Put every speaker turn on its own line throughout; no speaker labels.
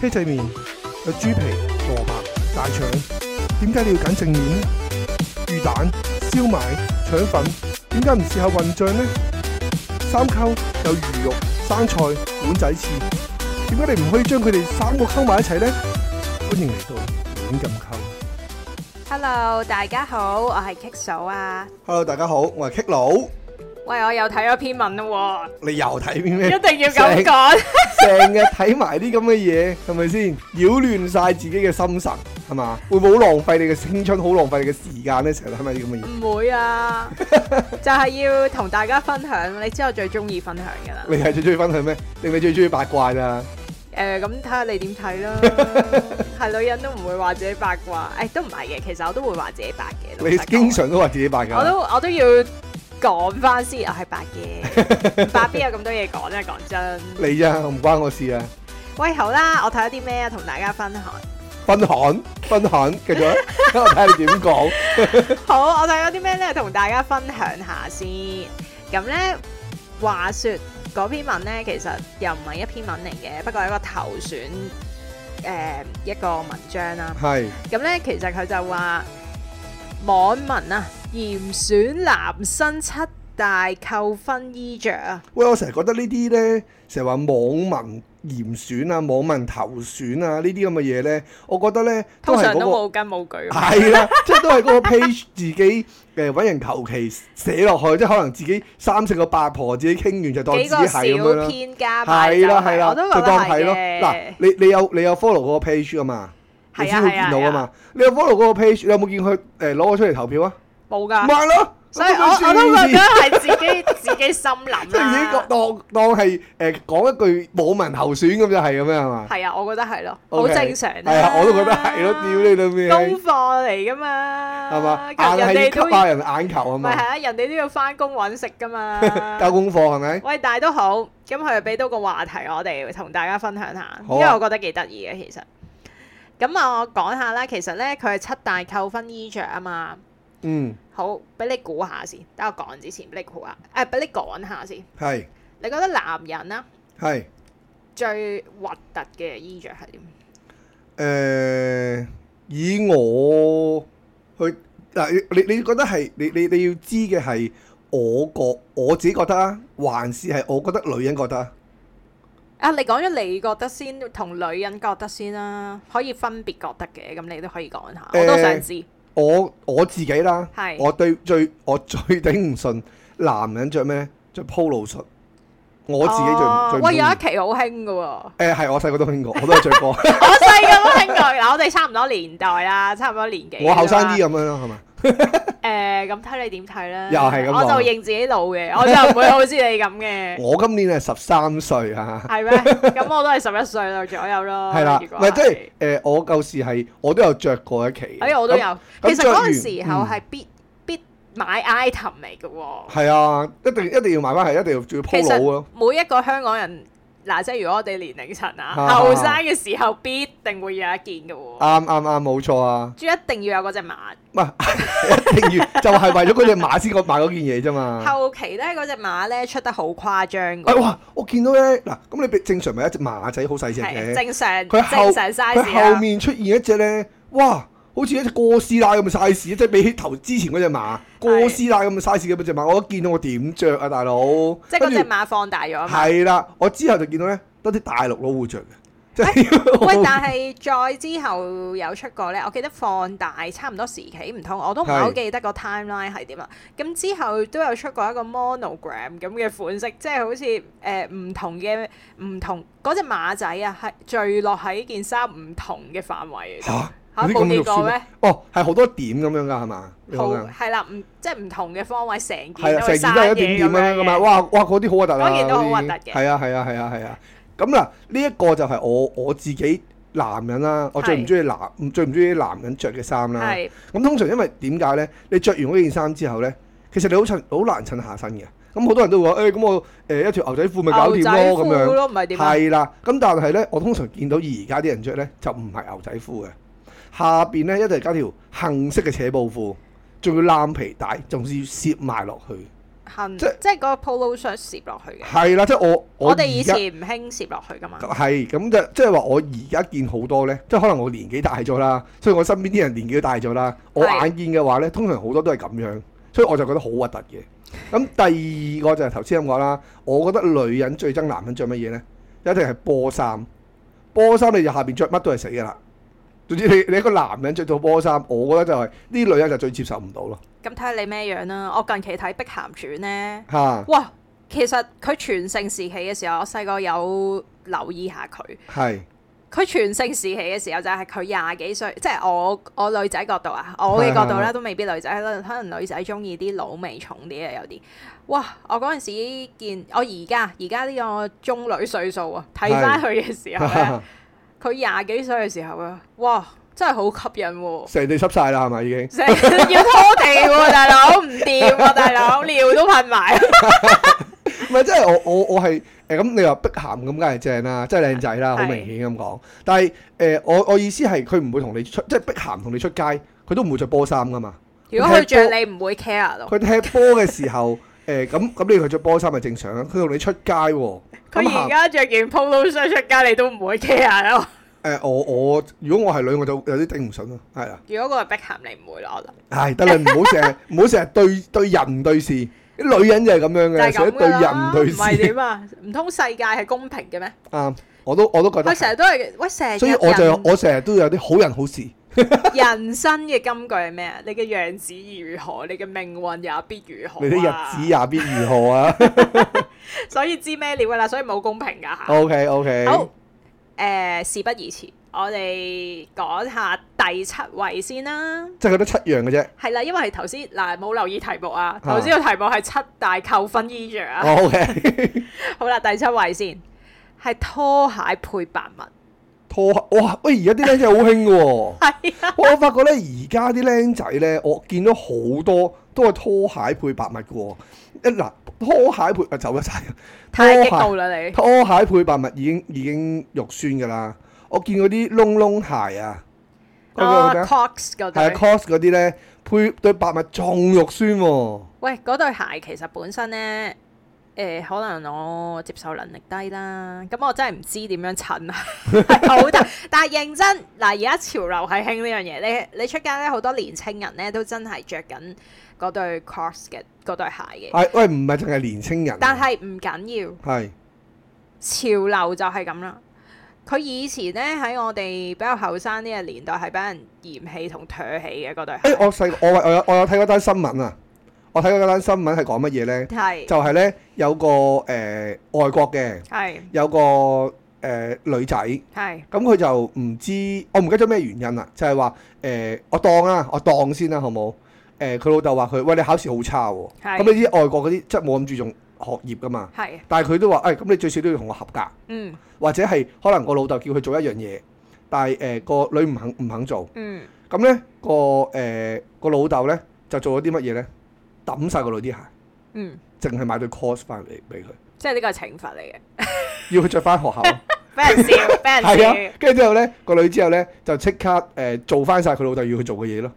車仔麵有豬皮、蘿蔔、大腸，點解你要揀正面呢？魚蛋、燒賣、腸粉，點解唔試下混醬呢？三溝有魚肉、生菜、碗仔翅，點解你唔可以將佢哋三個溝埋一齊呢？歡迎嚟到亂咁溝。
Hello，大家好，我係 Kick 嫂啊。
Hello，大家好，我係 Kick 佬，
喂，我又睇咗篇文咯
你又睇邊
喎，
咩
一？定要咁講。
成日睇埋啲咁嘅嘢，係咪先？擾亂晒自己嘅心神，係嘛？會唔會好浪費你嘅青春，好浪費你嘅時間咧？成日睇埋啲咁嘅嘢。
唔會 啊，就係要同大家分享。你知我最中意分享噶啦。
你係最中意分享咩？你咪最中意八卦咋？
誒，咁睇下你點睇啦。 係女人都唔會話自己八卦，誒都唔係嘅。其實我都會話自己八嘅。
你
老實講
經常都話自己八卦。
我都我都要講翻先，我係八 嘅，八邊有咁多嘢講啊咧？講真，
你咋？唔關我事啊！
喂好啦，我睇咗啲咩啊，同大家分享。
分享，分享，繼 續啊！我睇下你點講。
好，我睇咗啲咩咧？同大家分享下先。咁咧，話說嗰篇文咧，其實又唔係一篇文嚟嘅，不過係一個投選誒、呃一個啊文章啦。
係
咁咧，其實佢就話網民啊嚴選男生七大扣分衣着啊，
喂，我成日覺得呢啲呢，成日話網民嚴選啊、網民投選啊呢啲咁嘅嘢呢，我覺得呢都
通
係嗰、
常
個
都冇根冇據。
係啦，即係都係嗰個 page 自己誒揾人求其寫落去，即係可能自己三四個八婆自己傾完就當自
幾
己
個
係咁樣
小
啦。
偏加埋
係啦
就係
係啦，
我都覺
就
得
當係
係
咯。
嘅。
嗱，你你有你有 follow 嗰個 page 噶嘛？你
係
先
啊
會
係
見
啊
到
係啊
噶嘛？你有 follow 嗰個 page，你有冇見佢誒攞我出嚟投票啊？
冇
唔
㗎，
係咯，
所以我我都
咁
覺得
黐線
係自己自己心諗啊
即係自己
啦
當。當當係誒講一句網民候選咁就係咁樣係嘛？
係啊，我覺得係咯，好
OK，
正常啦。
係啊，我都覺得係咯，屌你老味，
功課嚟㗎嘛，
係嘛？
咁
硬
人
係
哋
要吸
都
下人眼球啊
咪係
嘛，
啊，人哋都要翻工揾食㗎 嘛。
交功課係咪？
喂，但係都好，咁佢又俾到個話題我哋同大家分享下，
好啊
因為我覺得幾得意嘅其實。咁啊，我講下啦，其實咧佢係七大扣分衣着啊嘛。
嗯，
好，俾你估下先。等我講之前，俾你估下，誒、俾你講下先。
係
你覺得男人啦
係
最核突嘅衣着係點？
誒，呃以我去嗱，你你覺得係你你你要知嘅係我覺我自己覺得啊，還是係我覺得女人覺得啊？
啊，你講咗你覺得先，同女人覺得先啦，可以分別覺得嘅，咁你都可以講下，我都
誒
想知。
我我自己啦
係，
我對最我最頂唔順男人着咩咧？着 polo 恤，我自己最唔
哦
最唔
喂，有一
中意
期好啊興噶喎，
誒 係我細個都興過，我都係着過，
我細個都興過。嗱，我哋差唔多年代啦，差唔多年紀。
我後生啲咁樣啦，係嘛？
誒，咁睇你點睇啦？
又係咁
我
講
就認自己老嘅，我就唔會好似你咁 嘅，
我今年係十三歲啊。
係咩？咁我都係十一歲左右咯。
係啦，
如果
唔係即係誒，我舊時係我都有着過一期嘅。
哎呀，我都
咁。
有。其實
着
嗰
完嗯
陣時候係必必買 item 嚟嘅喎。
係啊，一定一定要買翻，係一定要仲要
其
polo
實
咯。
每一個香港人嗱，即係如果我哋年齡層啊，
啊啊
後生嘅時候必定會有一件嘅喎。
啱啱啱，冇錯啊！
仲一定要有嗰只馬，
唔係 一定要就係為咗嗰只馬先個 買嗰件嘢啫嘛。
後期咧嗰只馬咧出得好誇張
哎
嘅，
哇！我見到咧嗱，咁你正常咪一隻馬仔好細隻
係
嘅，
正常
佢後
正常
佢
size
後
啊，
面出現一隻咧，哇！好似一隻哥斯拉咁嘅 size，即係比起頭之前嗰只馬哥斯拉咁嘅 size 嘅嗰只馬，我一見到我點着啊，大佬！
即係
跟
嗰
住
只馬放大咗啊嘛。
係啦，我之後就見到咧，多啲大陸佬會着嘅，即係
哎 喂，但係再之後有出過咧，我記得放大差唔多時期唔同，我都唔係好
係
記得個 timeline 係點啦。啊咁之後都有出過一個 monogram 咁嘅款式，即係好似誒唔同嘅唔同嗰只馬仔啊，係聚落喺件衫唔同嘅範圍
嚇
度。嚇
有啲咁
冇
嘅
見
肉
過
酸
咩？
哦，係好多點咁樣噶係嘛？你
好
講緊
係啦，唔即係唔同嘅方位，成件
係啦，
都
成件
係生
都係
嘢
一點
咁
點啊咁
樣
樣噶嘛？
嘅。
哇哇，嗰啲好核突啊！
嗰件都好核突
嗰啲
嘅
係啊係啊係啊係啊！咁嗱，呢一個就係我我自己男人啦，我最唔
係
中意男唔最唔中意男人着嘅衫啦。
係
咁通常因為點解咧？你着完嗰件衫之後咧，其實你好襯好難襯下身嘅。咁好多人都會話誒，咁、我誒、一條牛仔褲咪搞
牛
掂
仔
咯咁樣
褲。咯，唔係點啊？
係啦，咁但係咧，我通常見到而家啲人着咧就唔係牛仔褲嘅，下邊咧一定係加條杏色嘅扯布褲，仲要攬皮帶，仲要攝埋落去。
痕，
即
即
係
係嗰個 polo shirt 攝落去嘅。
係啦，即係我
我哋以
而家
前唔興攝落去噶嘛。
係咁就即係話，我而家見好多咧，即係可能我年紀大咗啦，所以我身邊啲人年紀都大咗啦。我
係
眼見嘅話咧，通常好多都係咁樣，所以我就覺得好核突嘅。咁第二個就係頭先咁講啦，我覺得女人最憎男人着乜嘢咧？一定係波衫，波衫你就下邊着乜都係死噶啦。總之你你一個男人着到波衫，我覺得就係、呢啲女人就最接受唔到咯
咁睇下你咩樣啦。我近期睇《碧咸傳》咧，
嚇。
哇！其實佢全盛時期嘅時候，我細個有留意下佢。
係
佢全盛時期嘅時候就係佢廿幾歲，即係我我女仔角度啊，我嘅角度
係係
咧都未必女仔，可能可能女仔中意啲老味重啲嘅有啲。哇！我嗰陣時見我而家而家呢個中女歲數啊，睇翻佢嘅時候咧，佢廿幾歲嘅時候啊，哇！真係好吸引喎、
成地濕晒啦，係咪已經？
成 日要拖地喎、大佬唔掂喎，大佬尿都噴埋。
唔係，即係我我我係誒咁，你話碧咸咁，梗係正啦，即係靚仔啦，好
係
明顯咁講。但係誒、我我意思係佢唔會同你出，即係碧咸同你出街，佢都唔會着波衫噶嘛。
如果佢着你唔會 care 咯，
佢踢波嘅時候，誒咁咁你佢着波衫係正常啊。佢同你出街喎，
佢而
咁啊
家着件 polo shirt 出街，你都唔會 care 咯。
誒我我如果我係女，我就有啲頂唔順啦，係啊，
如果嗰個係碧咸，你唔會咯，我諗。
係得啦，唔好成日 唔好成日對對人對事，啲女人就係咁樣
就
嘅，
係
成日對
咁噶啦，
人
唔
對
係
事
點啊？唔通世界係公平嘅咩？
啱。我都我都覺得
佢
係，
成日都係喂，成日
所以我就
人
我成日都有啲好人好事。
人生嘅金句係咩啊？你嘅樣子如何，你嘅命運也必如何。
你啲日子，也必如何啊
所以知咩料㗎啦，所以冇公平㗎嚇。
？OK OK，
好，誒，事不宜遲，我哋講下第七位先啦。
即係佢得七樣嘅啫。
係啦，因為頭先嗱冇留意題目啊，
啊
頭先個題目係七大扣分衣着啊。
哦 OK，
好啦，第七位先係拖鞋配白襪，
拖鞋哇！喂，而家啲僆仔好興嘅喎。
係啊，
我發覺咧，而家啲僆仔咧，我見到好多都係拖鞋配白襪嘅喎。一嗱，拖鞋配啊走一晒，
太
拖
激
鞋
怒啦你。
拖鞋配白襪已經已經肉酸㗎啦。我見嗰啲窿窿鞋啊，嗰
哦
個叫咩啊
，Cox 嗰
係啊
對，
cos 嗰啲咧，配對白襪仲肉酸喎。
喂，嗰對鞋其實本身呢，誒、可能我接受能力低啦，咁我真係唔知點 樣襯啊，係好得。但係認真嗱，而家潮流係興呢樣嘢，你你出街咧，好多年青人呢都真係着緊嗰對 Crocs 嘅嗰對鞋嘅，
係喂，唔係淨係年青人啊，
但係唔緊要。
係
潮流就係咁啦。佢以前呢，喺我哋比較後生呢個年代係俾人嫌棄同唾棄嘅嗰對
誒、
鞋，
哎我細個我我有我有睇嗰單新聞啊！我睇嗰單新聞係講乜嘢咧？
係
哎就係咧有個誒、呃外國嘅
係
有個誒、呃女仔，咁
係
佢就唔知我唔記得咗咩原因啦，啊就係話誒我當啦，我當先啦，好冇？誒、呃佢老豆話佢喂你考試好差喎、
係
咁你知外國嗰啲即係冇咁注重學業噶嘛，
係，
但係佢都話哎誒咁你最少都要同我合格，
嗯
或者係可能個老豆叫佢做一樣嘢，但係誒個女唔肯唔肯做。
嗯。
咁咧個誒、個老豆咧就做咗啲乜嘢咧？抌晒個女啲鞋，
嗯，
淨係買對 cos 翻嚟俾佢，
即係呢個係懲罰嚟嘅，
要佢着翻學 校。
啊俾 人笑，俾
係
人
啊，跟住之後咧，個女之後咧就即刻誒、做翻晒佢老豆要佢做嘅嘢咯。
笑。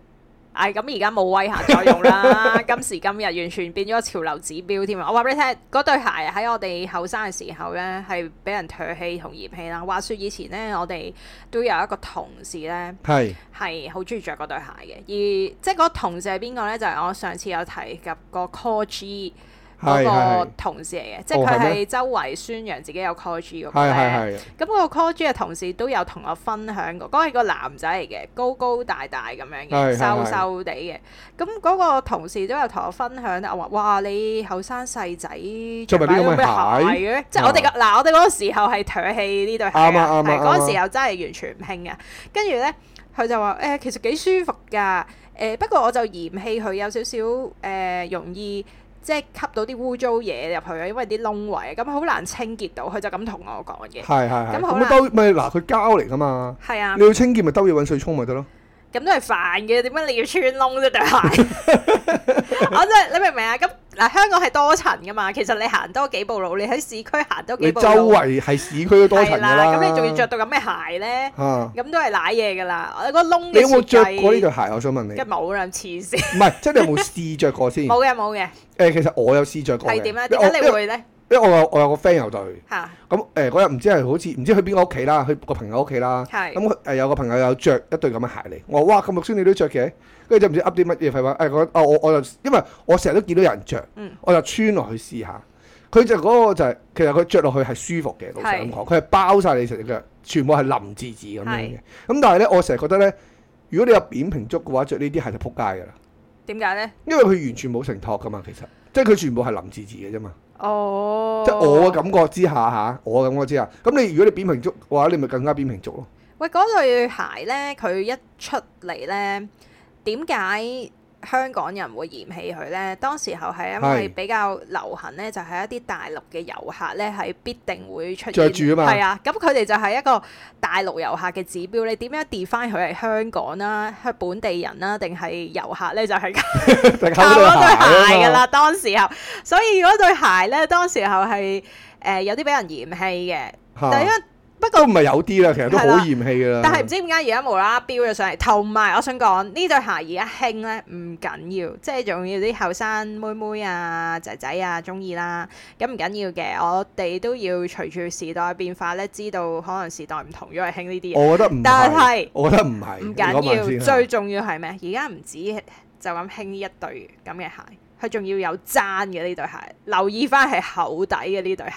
唉，咁而家冇威嚇作 用啦，今時今日完全變咗潮流指標添啊！我話俾你聽，嗰對鞋喺我哋後生嘅時候呢，係俾人唾棄同嫌棄啦。話說以前呢，我哋都有一個同事呢，
係
係好中意着嗰對鞋嘅，而即係嗰個同事係邊個呢？就係、我上次有提及個 Call G
係係
嗰個同事嚟嘅，即係
哦
佢
係咩
係周圍宣揚自己有 Call G 嗰個
係
呢
係係
咁嗰個 call 嘅同事都有同我分享過，嗰、係個男仔嚟嘅，高高大大咁樣
係係
嘅，瘦瘦地嘅。咁嗰個同事都有同我分享我話：哇，你後生細仔
着埋啲咁嘅
嘅
鞋啊
嘅，即係我哋個嗱，我哋嗰個時候係唾棄呢對鞋啊，
啱啊啱啊
係
啱啊
嗰個時候真係完全唔興嘅。跟住咧，佢就話：誒、其實幾舒服㗎，誒、不過我就嫌棄佢有少少誒、容易。即係吸到啲污糟嘢入去啊，因為啲窿位咁好難清潔到，佢就咁同我講嘅。
係係
咁好啦
咁兜咪嗱佢膠嚟噶嘛，
係啊
你，要清潔咪兜嘢揾水沖咪得咯。
咁都係煩嘅，點解你要穿窿啫對鞋？我真係你明唔明啊？咁嗱，香港係多層噶嘛，其實你行多幾步路，你喺市區行多
你
幾
周
步路，
圍係市區都多層
係
㗎啦。
咁你仲要着到咁嘅鞋咧，
啊？
咁都係濑嘢噶啦。我個窿
你
嘅
有冇着過
過
呢對鞋？我想問你，
梗係冇啦，黐線，
唔係，即係你有冇試着過先？誒，
冇嘅冇嘅，
其實我有試着過嘅。
係點咧？啊點解
因
你
為我
會咧？
因為我有我有個 friend 有對。
嚇
咁誒嗰日唔知係好似唔知去邊個屋企啦，去個朋友屋企啦。
係
咁佢誒有個朋友有着一對咁嘅鞋嚟，我話哇咁肉酸你都着嘅，跟住就唔知噏啲乜嘢廢話。誒我啊我我就因為我成日都見到有人着，
嗯
我就穿落去試下。佢就嗰個就係、其實佢着落去係舒服嘅，老實咁講，佢係包晒你成隻腳，全部係淋字字咁樣嘅。
係
咁但係咧，我成日覺得咧，如果你有扁平足嘅話，着呢啲鞋就撲街㗎啦，
點解咧？
因為佢完全冇承托㗎嘛，其實即係佢全部係淋字字嘅啫嘛。
哦，
即係我嘅感覺之下嚇，我嘅感覺之下，咁你如果你扁平足嘅話，你咪更加扁平足 咯。
喂，嗰對鞋咧，佢一出嚟咧，點解香港人會嫌棄佢咧？當時候係因為
係
比較流行咧，就係、一啲大陸嘅遊客咧，係必定會出現
着住啊嘛
係啊，咁佢哋就係一個大陸遊客嘅指標。你點樣 define 佢係香港啦、係本地人啦，定係遊客咧？就係、
大家
靠
都啊有
嗰對鞋
㗎
㗎啦，當時候，所以嗰對鞋咧，當時候係誒、呃有啲俾人嫌棄嘅，
嘛，
但因
嚇
為
都唔係有啲啦，其實都好
係啦
嫌棄㗎啦。
但係唔知點解而家無啦啦飆咗上嚟，同埋我想講呢對鞋而家興咧唔緊要，即係仲要啲後生妹妹啊、仔仔啊中意啦，咁唔緊要嘅，我哋都要隨住時代變化咧，知道可能時代唔同咗係興呢啲嘢，
我覺哦得唔
但
係
係，
我覺得唔係，
唔
你講埋
緊
先
要，
啊
最重要係咩？而家唔止就咁興呢一對咁嘅鞋，佢仲要有踭嘅呢對鞋，留意翻係厚底嘅呢對鞋，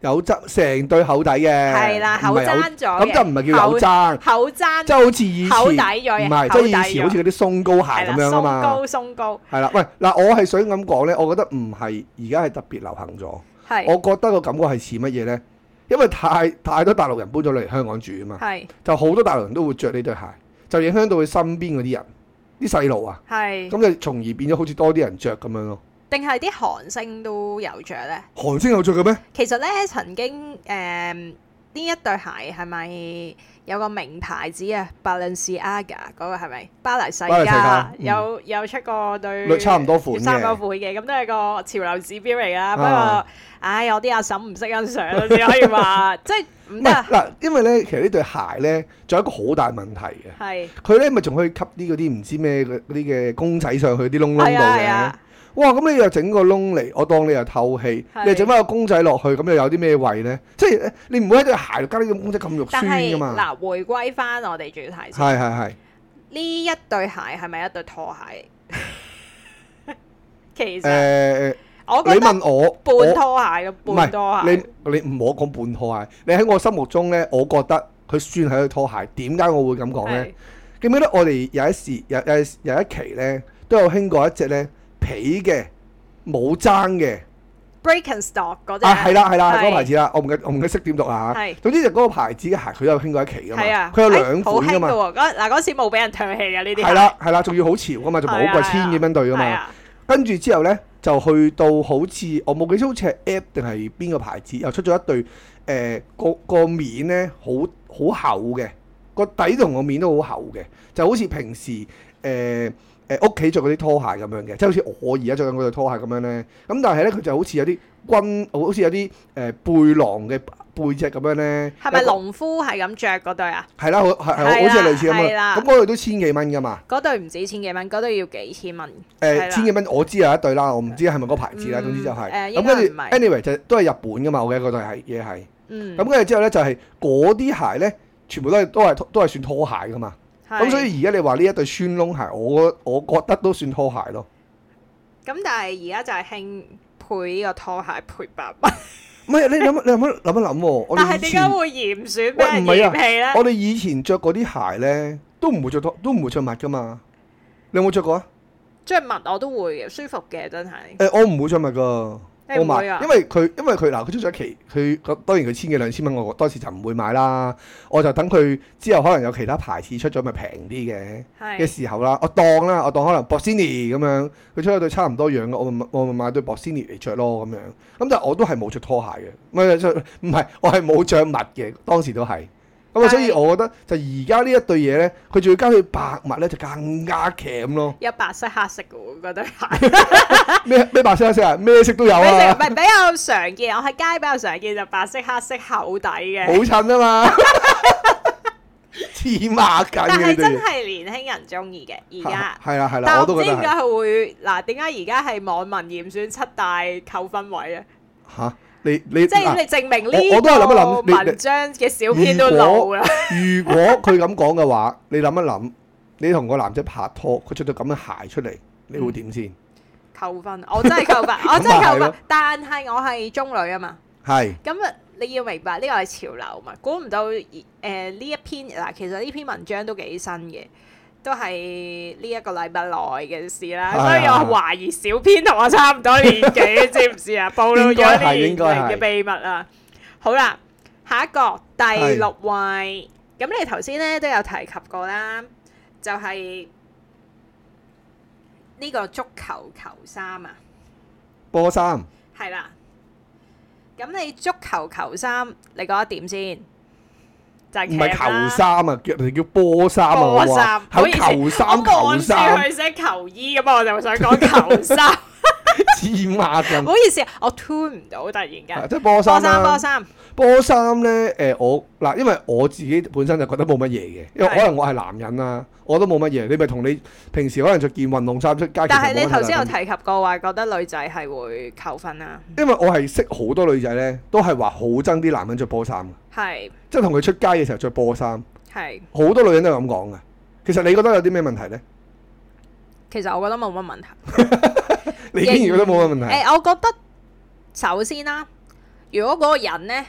有踭成對厚底嘅，
係啦，
唔
厚
係有
踭咗
咁
嘅，
就唔係叫有踭，
厚踭
即係好似以前
厚底咗嘅
唔係，即
厚底
係以前好似嗰啲鬆糕
係
鞋
啦，
咁樣啊
鬆
嘛
高。鬆高。
係啦，喂，嗱，我係想咁講咧，我覺得唔係而家係特別流行咗，
係
我覺得個感覺係似乜嘢咧？因為太太多大陸人搬咗嚟香港住啊嘛。
係
就好多大陸人都會着呢對鞋，就影響到佢身邊嗰啲人，啲細路啊，
係，
咁就從而變咗好似多啲人着咁樣咯。
定係啲韓星都有着咧？
韓星有着嘅咩？
其實咧，曾經誒呢、一對鞋係咪有個名牌子啊？Balenciaga 嗰個係咪巴黎世
巴黎世
家
家嗯
有有出過對
類差唔多款嘅
差唔多款嘅，咁都係個潮流指標嚟噶。不
啊
過，唉，我啲阿嬸唔識欣賞啦，只可以 話即係
唔
唔得
係
啊。
嗱，因為咧，其實呢對鞋咧，仲有一個好大問題嘅，
係
佢咧咪仲可以吸啲嗰啲唔知咩嗰啲嘅公仔上去啲窿窿度
係啊係
嘅
啊。，
哇！咁你又整個窿嚟，我當你又透氣，
係
你又整翻個公仔落去，咁又有啲咩位咧？即係你唔會喺對鞋度加呢種公仔咁肉
但
酸
係
㗎嘛？
嗱，回歸翻我哋主題先，
係係係，
呢一對鞋係咪一對拖鞋？ 其實。
誒，
我覺
你
得
問我，我
半拖鞋嘅
唔
半拖啊
係
鞋，
你你唔好講半拖鞋，你喺我心目中咧，我覺得佢算係一對拖鞋。點解我會咁講咧？記唔記得我哋有一時有有有一期咧，都有興過一隻咧皮嘅冇爭嘅
Breakenstock 嗰只
啊，係啦係啦，係嗰個
係
牌子啦，我唔記我唔記得識點讀啦嚇
係。
總之就嗰個牌子嘅鞋，佢都有興過一期噶嘛
係啊，，
佢有
哎
兩款噶
好
嘛，
興㗎喎嗰嗱嗰時冇俾人唾棄嘅呢啲
係啦係啦，仲要好潮噶嘛，仲
係
冇
啊
貴
係啊
千幾蚊對
鞋，
噶
係
嘛。
啊，
跟住之後呢，就去到好似我冇記錯，好似係 App 定係邊個牌子，又出咗一對誒、呃、個個面呢，好好厚嘅，個底同個面都好厚嘅，就好似平時誒誒屋企着嗰啲拖鞋咁樣嘅，即係好似我而家着緊嗰對拖鞋咁樣呢。咁但係呢，佢就好似有啲軍，好似有啲誒、呃背囊嘅背脊咁樣呢。
係咪
有個？
農夫係咁着嗰對啊？
係啦，好係係
係
好似係
啦
類似咁
係
樣。
啦
咁嗰對都千幾蚊㗎嘛。
嗰對唔止千幾蚊，嗰對要幾千蚊，係
誒
啦
千幾蚊我知有一對啦，我唔知係咪嗰個牌子啦，
嗯
總之就係
誒
咁
應
跟
該
住
唔係
，anyway 就都係日本噶嘛，我嘅嗰對係嘢係。
嗯，
咁跟住之後咧就係嗰啲鞋咧，全部都係都係都係算拖鞋噶嘛。
係
咁所以而家你話呢一對穿窿鞋，我我覺得都算拖鞋咯。
咁但係而家就係興配呢個拖鞋配白蚊，
唔係 你諗一你諗一諗一諗喎，我
但
哋以
係點解
前
會嚴選俾人
喂唔係
嫌
啊
棄咧？
我哋以前着嗰啲鞋咧，都唔會着拖，都唔會着襪噶嘛。你有冇着過啊？
着襪我都會嘅，舒服嘅真係，
誒，我唔會着襪噶。
你
我
唔會
買，
啊
因？為佢因為佢嗱，佢出咗一期，佢個當然佢千幾兩千蚊，我當時就唔會買啦。我就等佢之後可能有其他牌子出咗，咪平啲嘅嘅
係
時候啦。我當啦，我當可能博斯尼咁樣，佢出咗對差唔多樣嘅，我咪買我咪買對博斯尼嚟着咯咁樣。咁但係我都係冇着拖鞋嘅，唔係唔係，我係冇着襪嘅，當時都係。咁
但
啊，
係
所以我覺得就而家呢一對嘢咧，佢仲要加佢白襪咧，就更加鉗 咯。
有白色、黑色嘅喎，嗰對鞋。
咩咩白色黑色啊，咩色都有
咩色
啊
唔，係比較常見，我喺街比較常見就白色、黑色厚底
好
嘅。
襯啊嘛， 黐孖筋
但
嘅呢對
係真
嘢。
係年輕人中意嘅，而家。
係 啊啦係啦，
但
我
我唔
都
知
覺得
點解
係
佢會嗱點解而家係網民嚴選七大扣分位咧？
嚇你你
即係
嗱
你證明
我我都係諗一
呢個
諗你你
文章嘅小編都老啦。
如果佢咁講嘅話，你諗一諗，你同個男仔拍拖，佢着到咁嘅鞋出嚟，你
嗯
會點先？
扣分，我真係扣分，我真係扣
咁咪係
分
咯。
但係我係中女啊嘛，
係
咁啊你要明白呢個係潮流嘛，估唔到誒呢、一篇嗱，其實呢篇文章都幾新嘅。都係呢一個禮拜內嘅事啦，
係啊
所以
係
我懷疑小編同我差唔多年紀，知唔知啊？暴露
應
咗
該
呢
係應
年
該
齡嘅
係
秘密啊！好啦，下一個第
係
六位，咁你頭先咧都有提及過啦，就係、呢個足球球衫啊，
波衫。
係啦。咁你足球球衫，你覺得點先？就係
唔係
騎啦
球衫啊，叫人哋叫波衫啊，
波
我
衫
話，
唔好意
係
思
球
我
衫
望
球
住
衫，
佢寫球衣咁，我就想講球衫。
黐孖
唔
筋，
好意思，我 tune 唔到，突然
啊
間。
即係波
波
衫
衫波
啦。
衫，
波衫咧，誒我嗱，因為我自己本身就覺得冇乜嘢嘅，因為
係
可能我係男人啦，我都冇乜嘢。你咪同你平時可能着件運動衫出街，其實
但係
冇
你
乜太
頭
大
先有
分別
提及過話，覺得女仔係會扣分啊啦，
因為我係識好多女仔咧，都係話好憎啲男人着波衫嘅，
係
即係同佢出街嘅時候着波衫，
係。
好多女人都係咁講嘅。其實你覺得有啲咩問題咧？
其實我覺得冇乜問題。
你竟然覺得冇乜問
誒、
題？
我覺得首先啦，如果嗰個人呢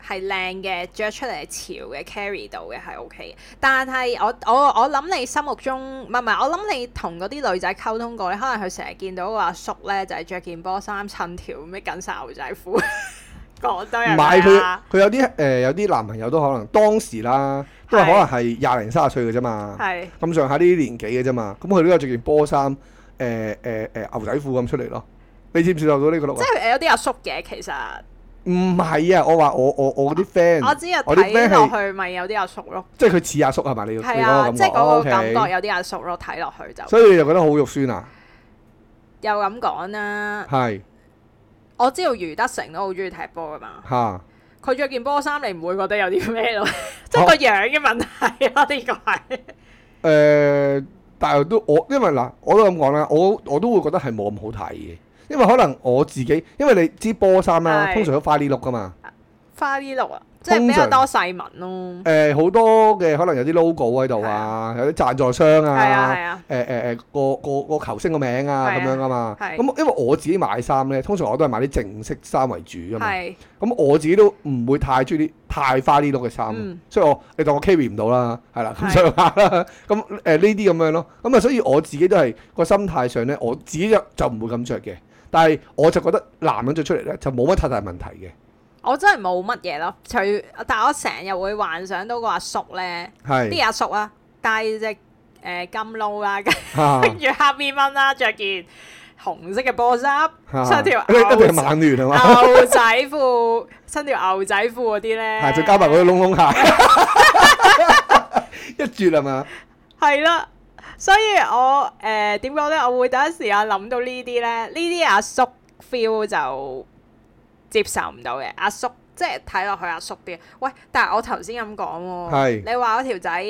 係靚嘅，着出嚟係潮嘅，carry 到嘅係 OK 嘅。但係我我我諗你心目中唔係唔係，我諗你同嗰啲女仔溝通過咧，可能佢成日見到個阿叔呢，就係、着件波衫襯條咩緊晒牛仔褲， 講得
唔
人啊
係佢
啦，
佢有啲誒、有啲男朋友都可能當時啦，都係可能係廿零三十歲嘅啫嘛，
係
咁上下呢啲年紀嘅啫嘛，咁佢都有着件波衫，誒誒誒牛仔褲咁出嚟咯。你接唔接受到呢個咯
即？係有啲阿叔嘅其實，
唔係啊，我話我我我嗰啲 friend，
我知啊，
嗯我啲
睇
friend
落
係
去咪有啲阿叔咯，
即係佢似阿叔係嘛？你你
係
嗰
啊，
個感
即
覺哦
係嗰個感
OK
覺有啲阿叔咯，睇落去就
所以你就覺得好肉酸啊？
又咁講啦。
係
我知道余德成都好中意踢波噶嘛，
嚇。
佢着件波衫你唔會覺得有啲 咩咯，即
哦
係個樣嘅問題咯，呢個係
誒、呃但係都我因為嗱，我都咁講啦，我我都會覺得係冇咁好睇嘅，因為可能我自己，因為你知波衫啦，
係
通常都花呢碌噶嘛，
花呢綠啊，即係比較多細紋咯
誒、，
嗯
好多嘅可能有啲 logo 喺度啊，有啲贊助商
係啊係
啊，
啊，
誒誒誒個個個球星個名啊
係啊
咁樣噶嘛，
係
咁因為我自己買衫咧，通常我都係買啲正式衫為主噶嘛，
係
咁我自己都唔會太中意啲太花呢碌嘅衫，啊
嗯
所以我你當我 carry 唔到啦，係啦咁
係
上下啦，咁誒呢啲咁樣咯，咁啊所以我自己都係個心態上咧，我自己就就唔會咁着嘅，但係我就覺得男人着出嚟咧就冇乜太大問題嘅，
我真係冇乜嘢咯，除但係我成日會幻想到個阿叔咧，
係
啲阿叔啊，戴隻誒金撈啦， 跟
嚇
住黑面蚊啦，着件紅色嘅波衫，
嚇
出條
啊 一定一定係啊
牛
曼聯係嘛？
牛仔褲，伸條牛仔褲嗰啲咧，
係，再加埋嗰啲窿窿 鞋，一絕係啊嘛？
係啦，所以我誒點講咧？我會第一時間諗到呢啲咧，呢啲阿叔 feel 就接受唔到嘅。阿叔即係睇落去阿叔啲。喂，但係我頭先咁講喎
係，
你話嗰條仔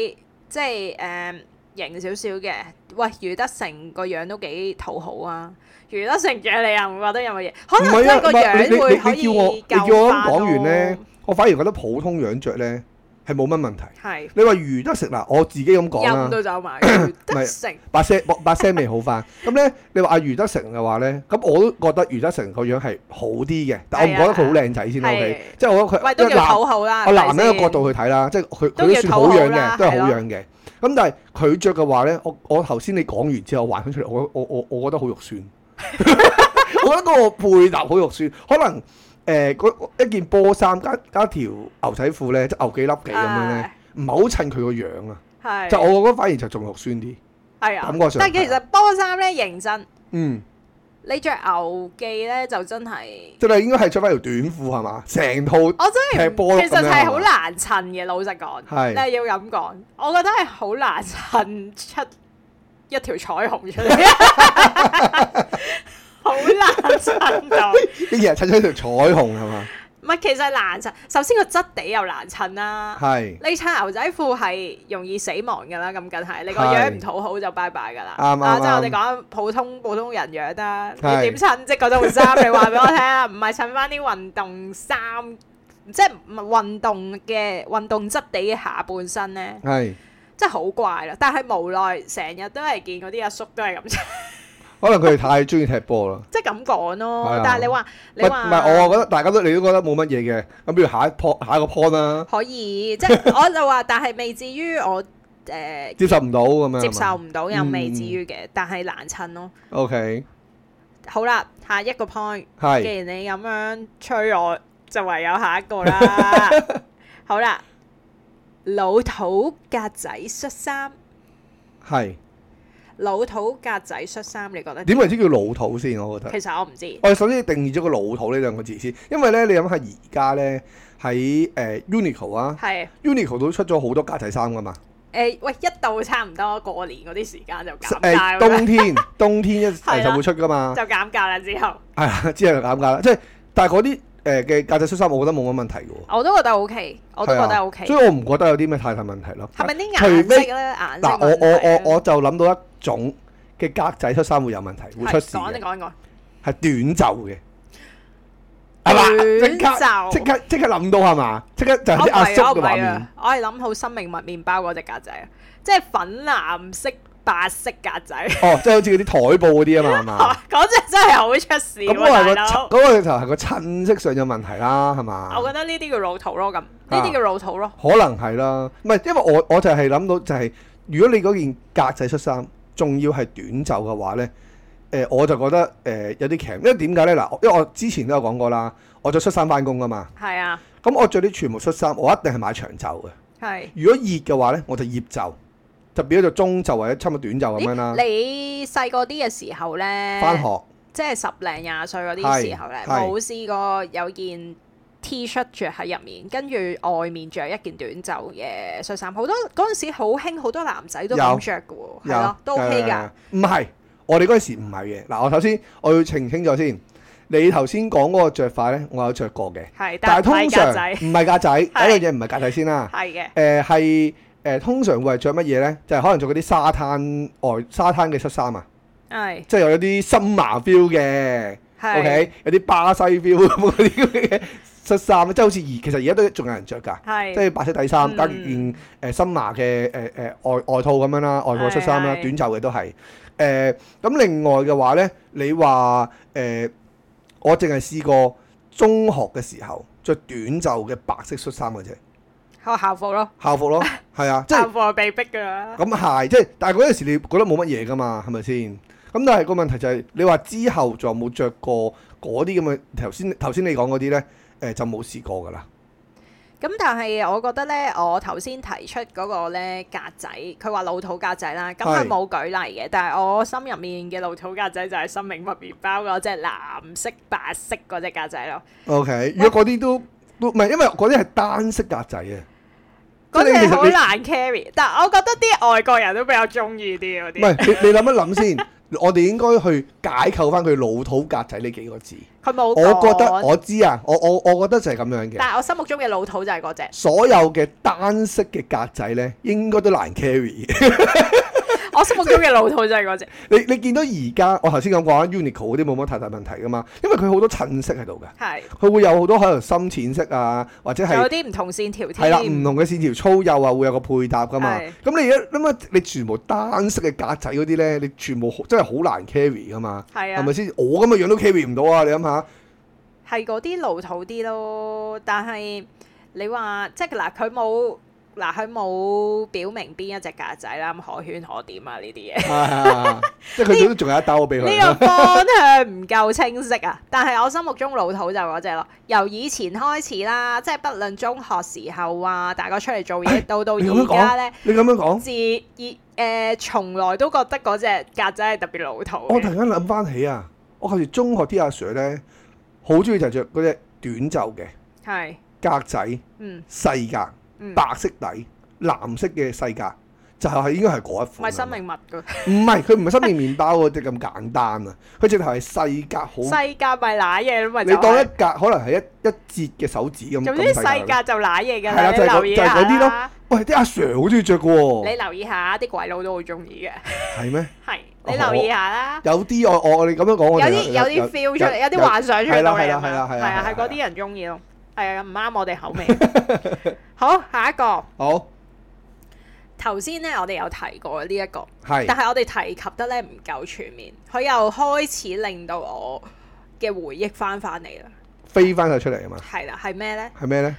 即係誒、型少少嘅，喂，余德成個樣都幾討好啊！余德成嘅你又唔覺得有乜嘢？可
唔
能
係啊
真係，個
唔係你
樣會可
你你
以
你叫我你叫
救
我咁
返
講完咧
咯，，
我反而覺得普通樣着咧係冇乜問題。
係
你話魚得食嗱，我自己咁講
陰
啦，
都走埋，余
唔
德
係
成
把聲把把聲未好翻。 咁咧，你話阿余德成嘅話咧，咁我都覺得余德成個樣係好啲嘅，但我唔覺得佢好靚仔先啦。
啊係
OK，即係我覺得
喂
佢
都
因為
叫
男
討好啦。
我哦
係咪
男人嘅
先
角度去睇啦，即係佢
啊都
佢都
叫
算好
討好
樣
啦
嘅，都係
係
好
咯
樣嘅。咁但係佢着嘅話咧，我我頭先你講完之後，我幻想出嚟，我我我我覺得好肉酸。 我覺得嗰個配搭好肉酸，可能誒嗰、一件波衫加加條牛仔褲咧，即係牛幾粒幾咁樣咧，唔係好襯佢個樣啊。
啊係
就我覺得反而就仲肉酸啲。
係啊，
感覺上
但係其實波衫咧認真，
嗯，
你着牛記咧就真係，
即係你應該係着翻條短褲係嘛？成套
我真
踢波
係
咯
其實
咁樣
係好難襯嘅，老實講，
係
你係要咁講，我覺得係好難襯出一條彩虹 出嚟，好難襯到。
啲人襯咗條彩虹係嘛？
唔係，其實難襯。首先個質地又難襯啦。
係
你襯牛仔褲係容易死亡㗎啦，咁梗係你個
係
樣唔討好就拜拜㗎啦。
啱啱
啊即係我
啱
哋講普通普通人樣啦，你
係
點襯即係嗰套衫？你話俾我聽啊，唔係襯翻啲運動衫，即係唔係運動嘅運動質地嘅下半身咧，
係，
真係好怪啦。但係無奈成日都係見嗰啲阿叔都係咁 襯，
可能佢哋太中意踢波啦。
即係咁講
係
咯
啊。
但係你話
唔
你話
唔係，我覺得大家都你都覺得冇乜嘢嘅。咁不如下一 point 下一個 point 啦，
可以，即係我就話，但係未至於我誒、呃
接受唔到咁樣。
接受唔到，又
嗯
未至於嘅，但係難襯咯。
O K，
好啦，下一個 point，既
係
然你咁樣催我，就唯有下一個 啦。好啦，老土格仔恤衫，
係
老土格仔恤衫，你覺得
點為之叫老土先？我覺得。
其實我唔知，
我哋首先定義咗個老土呢兩個字先，因為咧你諗下而家咧喺誒 Uniqlo 啊
係誒、
，Uniqlo 都出咗好多格仔衫噶嘛，
喂，一到差唔多過年嗰啲時間就
誒、
減價啦，
冬天冬天一
啊係啊
係
啦
就會出噶嘛，
就減價啦之後。
係啊， 之後就減價啦，即係但係嗰啲誒嘅格仔恤衫，我覺得冇乜問題嘅喎，
我都覺得 OK，我都
係啊
覺得 OK。
所以我唔覺得有啲咩太大問題咯。
係咪啲
除
顏色
非
咧？顏色
嗱，我我我我就諗到一種嘅格仔恤衫會有問題，會出事嘅
講你，講講，
係短袖嘅。係嘛？
短
即刻
袖
即刻即刻諗到係嘛？即刻就係
我
啲
唔
阿叔
係啊，我
嘅
唔
畫
係
面
啊。，我係諗好生命物麵包嗰只格仔啊，即係粉藍色、白色格仔，
哦，即係好似嗰啲台布嗰啲啊嘛，係 嘛？
嗰只真係好出事
咁啊我係
喎，
個
大
襯嗰。
佬
個就係個襯色上有問題啦，係嘛？
我覺得呢啲叫老土咯，咁
啊
呢啲叫老土咯，
可能係啦，唔係因為我我就係諗到就係、如果你嗰件格仔恤衫仲要係短袖嘅話咧，誒、我就覺得誒、有啲強，因為點解咧嗱？因為我之前都有講過啦，我着恤衫翻工噶嘛，
係啊，
咁我着啲全部恤衫，我一定係買長袖嘅。
係。
如果熱嘅話咧，我就葉袖，就變咗做中袖或者差唔多短袖咁樣啦
咦，。你細個啲嘅時候咧，
翻學
即係十零廿歲嗰啲
係
時候咧，
係
冇試過有件 T 恤着喺入面，跟住外面着一件短袖嘅恤衫。好多嗰陣時好興，好多男仔都
有
咁着嘅喎，係咯，都 OK 㗎。。
有有有唔係，我哋嗰陣時唔係嘅。嗱，我首先我要澄清咗先，你頭先講嗰個着法咧，我有着過嘅。
係，
但係
係
通
格
常
仔
唔係格 仔，第一樣嘢唔係格仔先啦。
係
誒
嘅，
係誒，通常會係着乜嘢咧？就係、可能着嗰啲沙灘外沙灘嘅恤衫啊，
係
即係有啲深麻 feel 嘅
係
，OK，有啲巴西 feel 咁嗰啲咁嘅恤衫，啊即係好似而其實而家都仲有人着㗎。
係
即係白色底衫
嗯
加件誒深麻嘅誒誒外外套咁樣啦，外套恤衫啦，
係
短袖嘅都係誒。咁另外嘅話咧，你話誒、我淨係試過中學嘅時候着短袖嘅白色恤衫嘅啫，
個校服咯，
校服 咯，係啊，即
校
係
服係被逼㗎啦。
咁係，即係但係嗰陣時你覺得冇乜嘢噶嘛，係咪先？咁但係個問題就係、你話之後仲有冇着過嗰啲咁嘅頭先頭先你講嗰啲咧？誒、就冇試過㗎啦，
咁但係我覺得咧，我頭先提出嗰個咧格仔，佢話老土格仔啦，咁
係
佢冇舉例嘅，但係我心入面嘅老土格仔就係生命麥麵包嗰只藍色、白色嗰只格仔咯。
OK，如果嗰啲都都唔係，因為嗰啲係單色格仔啊。
嗰
即係你
只
其實
好
你
難 carry，但係我覺得啲外國人都比較中意啲嗰
唔
啲。
係你你諗一諗先， 我哋應該去解構翻佢老土格仔呢幾個字。
佢冇
我覺得
講
我知啊，我我我覺得就係咁樣嘅。
但係我心目中嘅老土就係嗰只。
所有嘅單色嘅格仔咧，應該都難 carry 嘅。
我心目中嘅老土就係嗰只。
你你見到而家我頭先咁講啦，Uniqlo 嗰啲冇乜太大問題噶嘛，因為佢好多襯色喺度嘅，
係，
佢會有好多可能深淺色啊，或者
仲有
係
啲唔同線條
係
添。
啦唔同嘅線條粗幼啊，會有個配搭噶嘛
係。
咁你而家諗下，你全部單色嘅格仔嗰啲咧，你全部好真係好難 carry 噶嘛。
係
係
啊
咪，先？我咁嘅樣都 carry 唔到啊！你諗 下，
係嗰啲老土啲咯。但係你話即係嗱，佢冇嗱，佢冇表明邊一隻格仔啦，咁可圈可點啊 呢啲嘢。
即係佢都仲有一兜俾佢。
呢個方向唔夠清晰啊！ 但係我心目中老土就嗰只咯，由以前開始啦，即係不論中學時候啊，大個出嚟 做嘢，到到
你咁樣
而家咧
講，， 你咁樣講，
自呃而誒從來都覺得嗰只格仔係特別老土
我突然
嘅。
間諗翻起啊，我舊時中學啲阿 Sir 咧，好中意就係着嗰只短袖嘅
係，
格仔
嗯
細格，
嗯，
白色底，藍色嘅細格，就係、應該係嗰一
唔係
款。啊
生命物噶，
唔係佢唔係生命麵包嗰只咁簡單啊！佢直頭係細格好，
世界咪揦嘢咪
你
就
當一
係。
格可能係一一截嘅手指咁。
總之
咁
世
細格
界就揦嘢㗎
係
啦，
啦
你
就係嗰
留意
就係
下
嗰啲
啦。
喂，啲阿 Sir 好中意着嘅
你
喎，
留意下，啲鬼佬都好中意嘅，
係咩？
係你留意下啦。
有啲我我我哋咁樣講，
有
哦我哋
啲有啲 feel 出嚟，有啲幻想出
係
嚟
啦
到你
係啦
係咪
係啦係啦
係啊，
係啦
係嗰啲人中意咯。係啊，唔啱我哋口味。 好，下一個。
好
頭先咧，我哋有提過呢、一個，但
係
係我哋提及得咧唔夠全面，佢又開始令到我嘅回憶翻翻嚟啦。
飛翻晒出嚟啊嘛，
係啦，係咩咧？
係咩咧？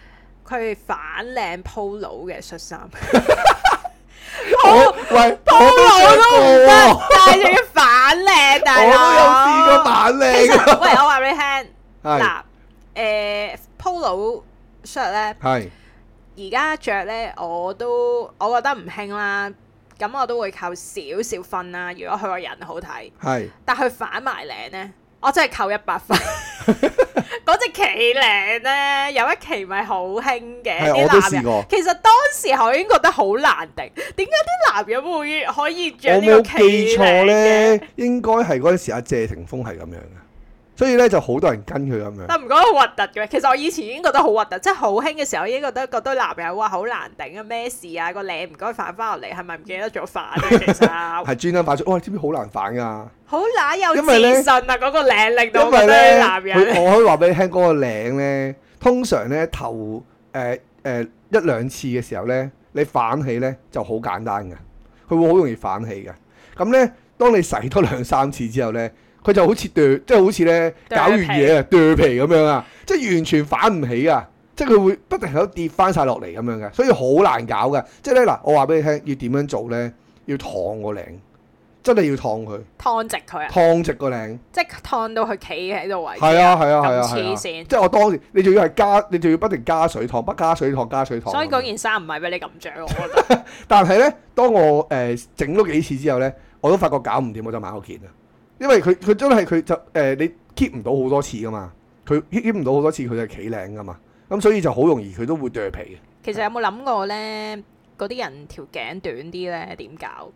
佢反領 polo 嘅恤衫，
我喂我都着過喎，
但係仲要反領，大
我都有試過
佬。
扮
其
靚
實
啊，
喂，我話俾你聽，
係
嗱，誒 polo shirt 咧。
係
而家着咧，我都我覺得唔興啦。咁我都會扣少少分啦。如果佢個人好睇，
係
但佢反埋領咧，我真係扣一百 分。嗰只旗領咧，有一期咪好興嘅，
係啊我都
啲
試
男人
過
其實當時我已經覺得好難頂。點解啲男人會可以着
我
呢個
冇
旗
記錯
領嘅？
咧，應該係嗰陣時阿謝霆鋒係咁樣嘅，所以咧就好多人跟佢咁樣。
但唔覺得好核突嘅，其實我以前已經覺得好核突，即係好興嘅時候已經覺得覺得男人哇好難頂啊，咩事啊個領唔該反翻落嚟，係咪唔記得咗反啊？ 其實
係專登擺出，哇！知唔知好難反㗎？
好乸有
因為呢
自信啊！嗰、個領令到
因
我覺
為
得啲
咧，
男人
佢我可以話俾你聽，嗰、個領咧，通常咧頭誒誒一兩次嘅時候咧，你反起咧就好簡單嘅，佢會好容易反起嘅。咁咧，當你洗多兩三次之後咧，佢就好似剁，即係好似咧
剁
搞完
皮
嘢啊，剁皮咁樣啊，即係完全反唔起啊！即係佢會不停喺度跌翻晒落嚟咁樣嘅，所以好難搞嘅。即係咧嗱，我話俾你聽，要點樣做咧？要燙個領，真係要燙佢，
燙直佢啊，
燙直個領。
即係燙到佢企喺度為止。
係啊係啊係啊
咁
係
黐
啊！
線
即係我當時你仲要係加，你仲要不停加水糖，不加水糖加水糖。
所以嗰件衫唔係俾你咁着，我覺 得
但係咧，當我誒整咗幾次之後咧，我都發覺搞唔掂，我就買嗰件啦。啊因為佢佢真係佢就誒、你 keep 唔到好多次噶嘛，佢 keep 唔到好多次佢就係企領噶嘛，咁所以就好容易佢都會剁皮嘅。
其實有冇諗過咧？嗰啲人條頸短啲咧，點 搞？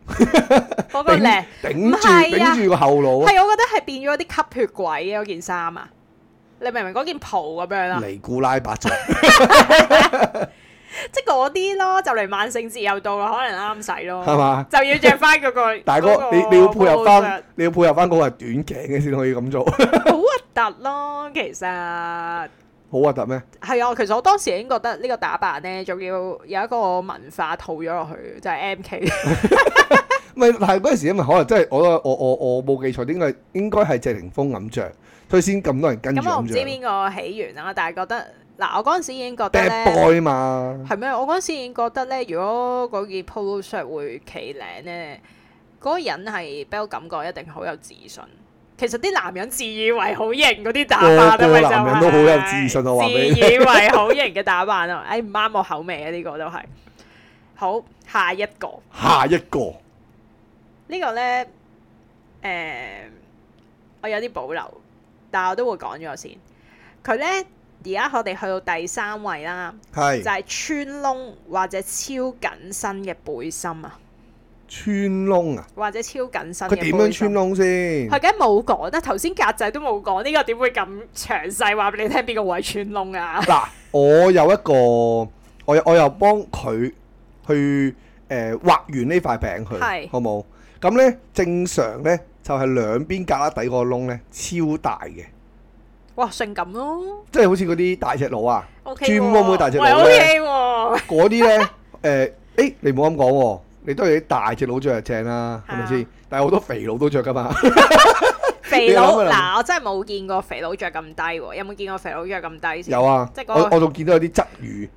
嗰個
頂
領
頂
唔
住
係啊
頂住個後腦，
係，我覺得係變咗啲吸血鬼啊！嗰件衫啊，你明唔明嗰件袍咁樣啊啦，
尼古拉伯 爵
即係嗰啲咯，就嚟萬聖節又到啦，可能啱使
係
咯，
嘛？
就要着翻嗰個。
大哥，
哦嗰個
你你要配合
polo
翻
shirt，
你要配合翻嗰個係短頸嘅先可以咁做，
啊好核突咯。其實係啊，
好核突咩？
其實我當時已經覺得呢個打扮咧，仲要有一個文化套咗落去，就係 M K。
唔係，但係嗰陣時因為可能真係我我我我冇記錯，應該應該係謝霆鋒咁着，所以先咁多人跟住
咁我唔
咁
知
着。
邊個起源啦，但係覺得嗱，我嗰陣時已經覺得
Bad
咧。
boy 嘛，
係咩？我嗰陣時已經覺得咧，如果嗰件 polo shirt 會企領咧，嗰、個人係俾我感覺一定好有自信。其實啲男人自以為好型嗰啲打扮啊，
哦個個
咪就
男人
係
都好有自信啊我話俾你
自以為好型嘅打扮啊，誒唔啱我口味啊！呢、個都係好下一個
下一個
呢、個咧，誒、我有啲保留，但係我都會講咗先。佢咧而家我哋去到第三位啦。
係
就係穿窿或者超緊身嘅背心啊，
穿窿啊！
或者超緊身嘅
佢
背心。
點樣穿？窿
佢
先？
梗係冇講啦，頭先格仔都冇講，呢、個點會咁詳細話俾你聽邊個位穿 窿啊？
嗱，我有一個，我又我又幫佢去誒畫完呢塊餅
係
佢，好冇？咁咧正常咧就係兩邊隔旯底個窿咧超大嘅，
哇，性感咯
即係好似嗰啲大隻佬啊！
，O K
專
喎，
門會大隻
喂
佬
O
呢
K 喎，
嗰啲咧，誒、誒，你唔好咁講喎，你都係啲大隻佬着就正啦，係咪
啊
先？但係好多肥佬都着噶 嘛，
肥佬
你諗下
嗱，我真係冇見過肥佬着咁低喎，有冇見過肥佬着咁低先？
有啊
即係，嗰
我
個
我仲見到有啲鲗魚，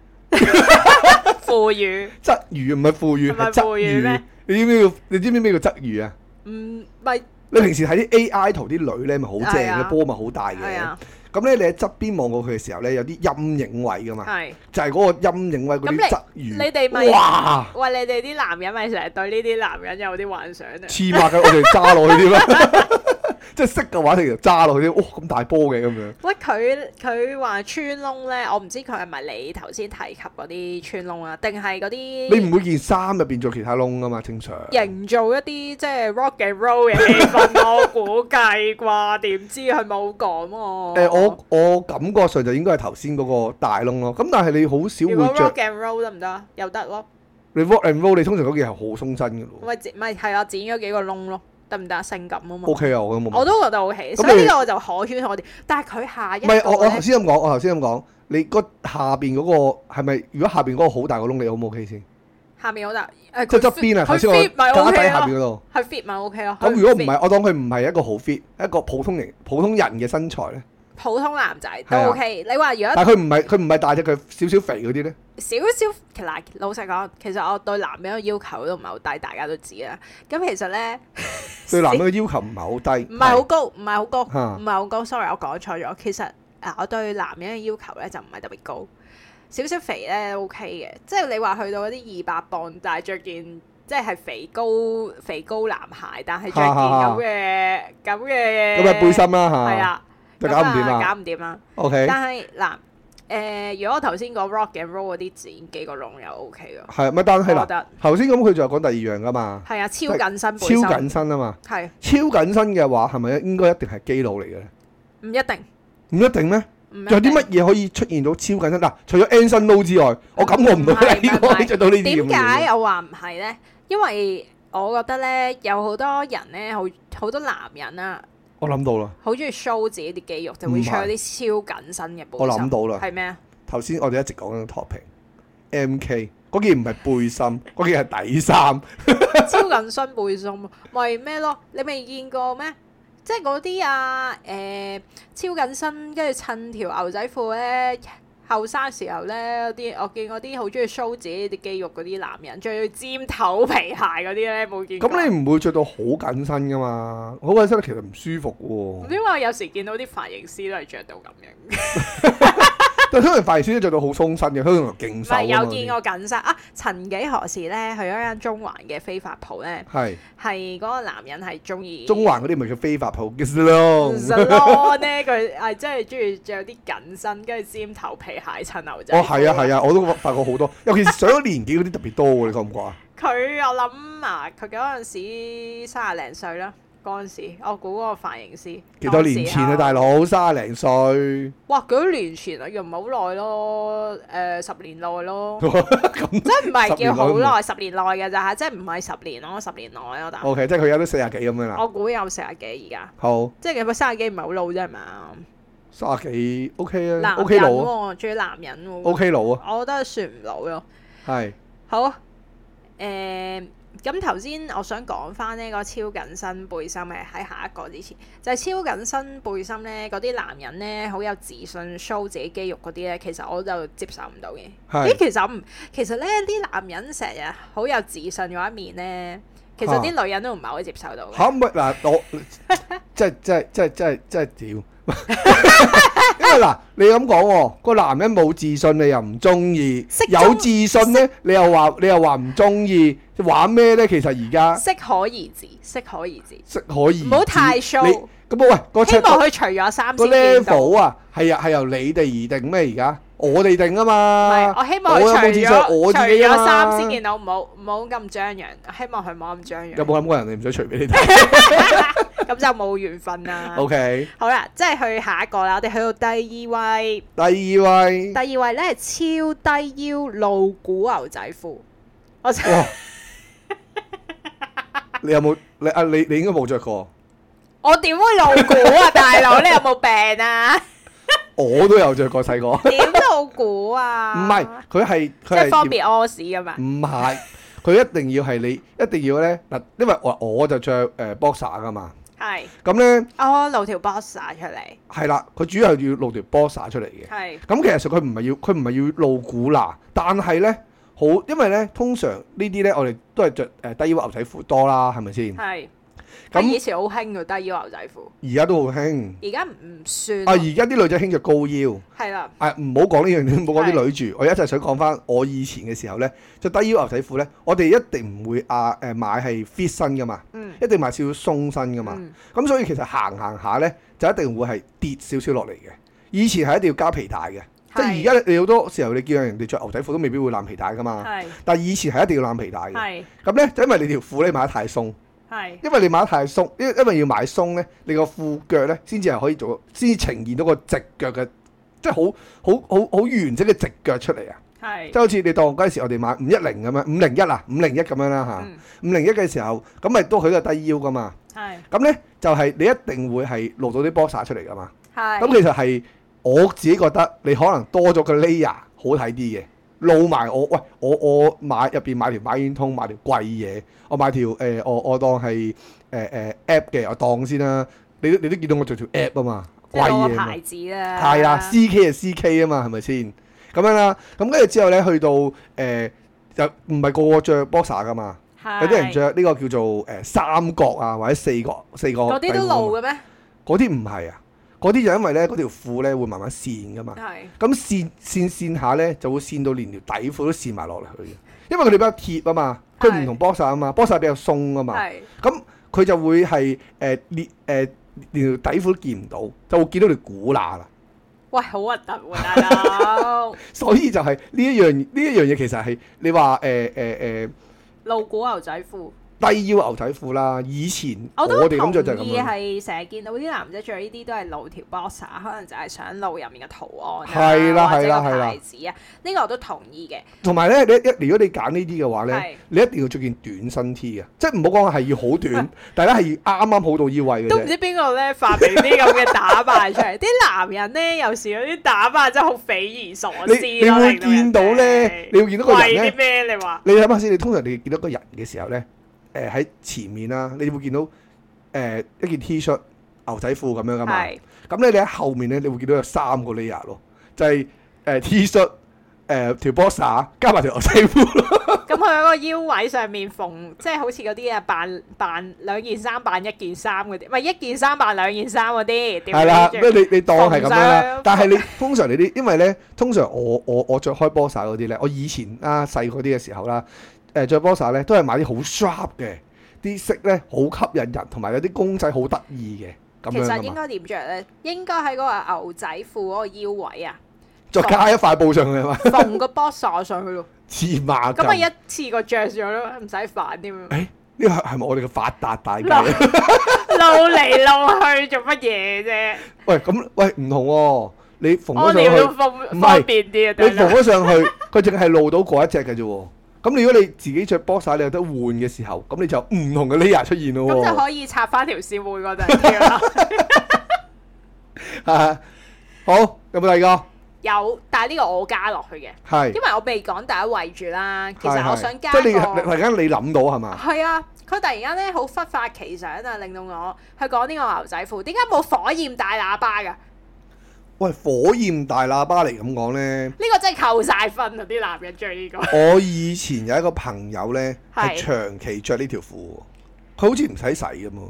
富裕，
鲗魚唔係腐魚，
係咪
係
腐
鲗
魚咩
魚。你知唔知叫？你知唔知咩叫鲗魚啊？
嗯，咪
你平時睇啲 A.I. 圖啲女咧，咪好正
係啊
嘅波咪好大
係
嘅
啊，，
咁咧你喺側邊望過佢嘅時候咧，有啲陰影位噶嘛，
係。
就係嗰個陰影位嗰
咁
啲
你
鲗魚，
你哋咪
哇
喂，你哋啲男人咪成日對呢啲男人有啲幻想啊？
黐孖嘅，我哋揸落去添啦。啊 即係識嘅話，你就揸落去啲，哇咁大波嘅咁樣。
喂，佢佢話穿窿咧，我唔知佢係咪你頭先提及嗰啲穿窿啊，定係嗰
你唔
啲
會件衫入邊做其他窿噶嘛？正常。
營造一啲即係 rock and roll 嘅氣氛咯，我估計啩，點知佢冇講喎。
誒、
哦
我我感覺上就應該係頭先嗰個大窿咯。咁但係你好少
如果
會
rock
着
and roll 得唔得啊？又得咯，
你 rock and roll，你通常嗰件係好鬆身嘅咯。
咪剪咪係啊，剪咗幾個窿咯，得唔得啊？性感啊嘛
O，K 啊，我覺得冇問題。
我都覺得好喜，
咁
所以
你
呢個我就可圈可點。但係佢下一
唔係，我
個
我
呢
頭先咁講，我頭先咁講，你個下邊嗰個係咪？如果下邊嗰個好大個窿，你 O 唔 O K 先？
下面好大誒，
即係
佢
側邊啊！
fit-
頭先我
佢 fit 咪
架
OK
底下邊
咯，
嗰度。
佢 fit 咪 OK 咯。
咁
佢
如果唔
fit
係，我當佢唔係一個好 fit，一個普通型、普通人嘅身材咧。
普通男仔都
係啊
OK。你話如果
但係佢唔係佢唔係大隻，佢少少肥嗰啲咧。
少少，其實嗱老實講，其實我對男人嘅要求都唔係好低，大家都知啦。咁其實咧，
對男人嘅要求唔係好低，
唔係好高，唔係好高，
嚇
唔係好高。sorry，我講錯咗。其實啊，我對男人嘅要求咧就唔係特別高，少少肥咧 OK 嘅。即係你話去到嗰啲二百磅，但係着件即係肥高肥高男孩，但係着件咁嘅咁
咁
嘅
嘅背心啦
係
嚇，
啊，
就搞唔掂
咁啊
啦。
搞唔掂啦。
O K，
但係嗱，誒、如果我頭先講 rock and roll 嗰啲剪幾個窿又 OK 咯，
係咪？但
我
係
覺
嗱，
得
頭先咁佢就係講第二樣噶嘛，
係啊，超緊身背
超
心，
緊身啊嘛。
係
超緊身嘅話，係咪應該一定係基佬嚟嘅咧？
唔一定，
唔一定咩？
唔一定
有啲乜？嘢可以出現到超緊身？嗱，除咗 Anson Lo 之外，我感覺唔到
唔係
你
唔係
可以着到呢啲咁嘅嘢
點解啊我話唔係咧？因為我覺得咧，有好多人咧，好好多男人啊，
我諗到啦，
好中意 show 自己啲肌肉，就
唔
會
係
唱啲超緊身嘅背心。
我諗到啦。
係咩啊？
頭先我哋一直講緊個 topic，MK 嗰件唔係背 心，嗰件係底衫。
超緊身背心 啊咪咩咯？你未見過咩？即係嗰啲啊，誒、超緊身，跟住襯條牛仔褲咧，後生時候咧，嗰啲我見嗰啲好中意 show 自己啲肌肉嗰啲男人，仲要尖頭皮鞋嗰啲咧，冇見過。
咁你唔會着到好緊身噶嘛？好緊身其實唔舒服
唔
喎。
知我有時見到啲髮型師都係着到咁樣，
但係通常髮型師都着到好鬆身嘅，通常勁
唔
瘦
係
啊㗎嘛
有見過緊身啊！曾幾何時咧，去咗間中環嘅飛髮鋪咧，
係
係嗰個男人係中意
中環嗰啲咪叫非法鋪嘅 salon。
salon 咧，佢係真係中意着啲緊身，跟住尖頭皮鞋襯牛仔。
哦，係啊，係啊，我都發覺好多，尤其是上咗年紀嗰啲特別多喎，你覺唔覺 啊？
佢我諗啊，佢嗰陣時三廿零歲啦，嗰陣時我估嗰個髮型師
幾多年前啊，大
佬！
佬，三廿零 歲，
哇，幾多年前啊，又唔係好耐咯，誒、十年內咯，
哦咁
即係唔係叫好
十年內都冇
耐，十年內嘅咋，即係唔係十年咯，十年內咯，但
OK，即係佢有都四廿幾咁樣啦。
我估有四廿幾而家，
好，
即係有冇三廿幾唔係好老啫係嘛？
三廿幾 OK 啊
男
，OK
人
佬啊
喎，仲要男人喎，
，OK 佬啊，
我覺得算唔老哦咯。
係
好，誒、咁頭先我想講翻呢個超緊身背心係喺下一個之前，就係、超緊身背心呢，嗰啲男人呢，好有自信 show 自己肌肉嗰啲呢，其實我就接受唔到嘅。咦，
係
其實我唔，其實呢啲男人成日好有自信嗰一面呢，其實啲女人都唔係好接受到嘅。
嚇唔係嗱，我即係即係即係即係即係屌， 因為嗱你咁講喎，個男人冇自信你又唔中意
識，中
有自信咧你又話你又話唔中意，玩咩咧？其實而家
適可而止，適可而止，
適可而止，
唔好太
你
show
咁啊喂，個
希
尺
望佢除咗衫
個
先見到。唔
level 啊，係啊係由你哋而定咩？而家我哋定啊嘛。
係，我希望佢
我有冇
除
自信
咗
我
除
自己啊
咗
嘛
衫先見到，唔好唔好咁張揚。希望佢冇咁張揚。
有冇諗過人哋唔想除俾你睇
咁就冇緣分啦。
？OK，
好啦，即係去下一個啦。我哋去到第二位，
第二位，
第二位咧係超低腰露股牛仔褲。我真
哇！你有冇你啊？你你應該冇着過，
我點會露股啊，大佬？你有冇 病啊？
我都有着過細個。唔
點露股啊？
係，佢係
即
佢
係方
係
便屙屎咁嘛
唔？係佢一定要係你一定要咧嗱，因為我我就着誒 boxer 噶嘛，
係，
咁咧
哦，露條 boxer 出嚟，
係啦，佢主要係要露條 boxer 出嚟嘅。
係
咁其實佢唔係要佢唔係要露股啦，但係咧好，因為咧通常呢啲咧我哋都係着誒低腰牛仔褲多啦，係咪先？
係但
咁
以前好興嘅低腰牛仔褲，
而家都好興。
而家唔算
啊，
咯。
而家啲女仔興着高腰。
係啦，
啊，唔好講呢樣嘢，唔好講啲
係
女住。我一陣想講翻我以前嘅時候呢，着低腰牛仔褲呢，我哋一定唔會啊誒買係 fit 身噶嘛，
嗯，
一定買少少鬆身噶嘛。
嗯
咁所以其實行行下呢，就一定會係跌少少落嚟嘅。以前係一定要加皮帶嘅，即係而家你好啊多時候你見人哋着牛仔褲都未必會攬皮帶噶嘛。
係
但係以前係一定要攬皮帶嘅。
係
咁呢，就因為你條褲你買得太鬆，
係
因為你買得太鬆，因因為要買鬆呢，你個褲腳呢先至係可以做，先至呈現到個直腳嘅，即係好好好好完整嘅直腳出嚟啊！即
係，
係好似你當嗰陣時我哋買五一零咁樣，五零一啊，五零一咁樣啦
嗯
吓，五零一嘅時候咁咪都佢都係低腰噶嘛。
係
咁呢，就係、你一定會係露到啲波灑出嚟噶嘛。咁
係
其實係我自己覺得你可能多咗個 layer 好睇啲嘅，露埋我喂我我買入邊買條馬煙通買條貴嘢，我買條誒、呃我我當係誒誒 app 嘅，我當先啦。你都你都見到我做條 app 啊嘛，
即
貴
係攞
嘢
個
嘛
牌啊子啦，
係啦，CK 係 CK 啊嘛，係咪先？咁樣啦，咁跟住之後呢，去到誒、呃就唔係個個着 boxer 噶嘛，有啲人
係
着呢個叫做誒、呃三角啊或者四角四角
嗰啲都
底褲啊嘛
露嘅咩？
嗰啲唔係啊，嗰啲就因為咧嗰條褲咧會慢慢跣噶嘛，
係
咁跣跣跣下咧就會跣到連條底褲都跣埋落嚟去嘅，因為佢哋比較貼啊嘛，佢唔同 boxer 啊嘛，boxer 比較鬆啊嘛，
係
咁佢就會係誒連誒連條底褲都見唔到，就會見到條鼓罅啦，
喂，好核突喎，大 佬
所以就係呢一樣呢一樣嘢其實係你話誒誒
露股牛仔褲。
誒低腰牛仔褲啦，以前
我
我
都
哋咁着就係
同
咁
意
樣。
係成日見到啲男仔着呢啲都係露條 boxer，可能就係想露入面嘅圖案
係啦
啊，或者
係啦
個
係啦
牌子啊，呢個我都同意嘅。
同埋咧，你一如果你揀呢啲嘅話
係
咧，你一定要着件短身 T 嘅，即係唔好講係要好 短，大家係要啱啱好到腰位嘅
都唔
啫。
知邊個咧發明啲咁嘅打扮出嚟，啲男人咧有時嗰啲打扮真係好匪夷所思咯。
你你會
令人
見到咧
哋
你會見到個人咧
為啲咩？你話
你諗下先，你通常你見到一個人嘅時候咧，誒、喺前面啦，你會見到誒、一件 T 恤、牛仔褲咁樣噶嘛。
係
咁咧你喺後面咧，你會見到有三個 layer 咯，就係、誒 T 恤、誒、條 boxer 加埋條牛仔褲咯。
咁佢喺個腰位上面縫，即係好似嗰啲啊扮扮兩件衫扮一件衫嗰啲，唔係一件衫扮兩件衫嗰啲。
係啦，咩
點
你你當係咁樣啦
放。
但係你通常你啲， 因為咧，通常我我我著開波 o 嗰啲咧，我以前啦細個啲嘅時候啦，誒著波 o 咧都係買啲好 sharp 嘅，啲色咧好吸引人，同埋有啲公仔好得意嘅咁
其
樣
實
㗎嘛。
應該點着咧？應該喺嗰個牛仔褲嗰個腰位啊，
再加一塊布上去係嘛，
縫個 boxer 上去咯。
黐孖
咁咪啊
筋。
一次過着咗咯，唔使煩添。
誒呢個係咪我哋嘅發達大
露
計？
露嚟露去做乜嘢啫？
喂，咁喂唔同喎，你縫咗
我
上
哋哦要
去，
方
唔係
方便啲啊，
你
大
縫
佬。
咗上去， 佢淨係露到嗰一隻嘅啫喎。咁如果你自己着波 o 你有得換嘅時候，咁你就唔同嘅 layer 出現咯喎。
咁就可以插翻條線會嗰陣添啦。
啊好，有冇第二
有，但係呢個我加落去嘅，
個？係，
因為我未講第一位住啦。其
係
實我
係
想加
即
個
係你突然間你諗到係嘛？
係啊，佢突然間咧好忽發奇想啊，令到我去講呢個牛仔褲，點解冇火焰大喇叭㗎？呢、
喂，火焰大喇叭嚟咁講呢，
個真係扣晒分啊！啲男人着呢、個，
我以前有一個朋友呢，
係
係長期着呢條褲喎，佢好似唔使洗咁喎。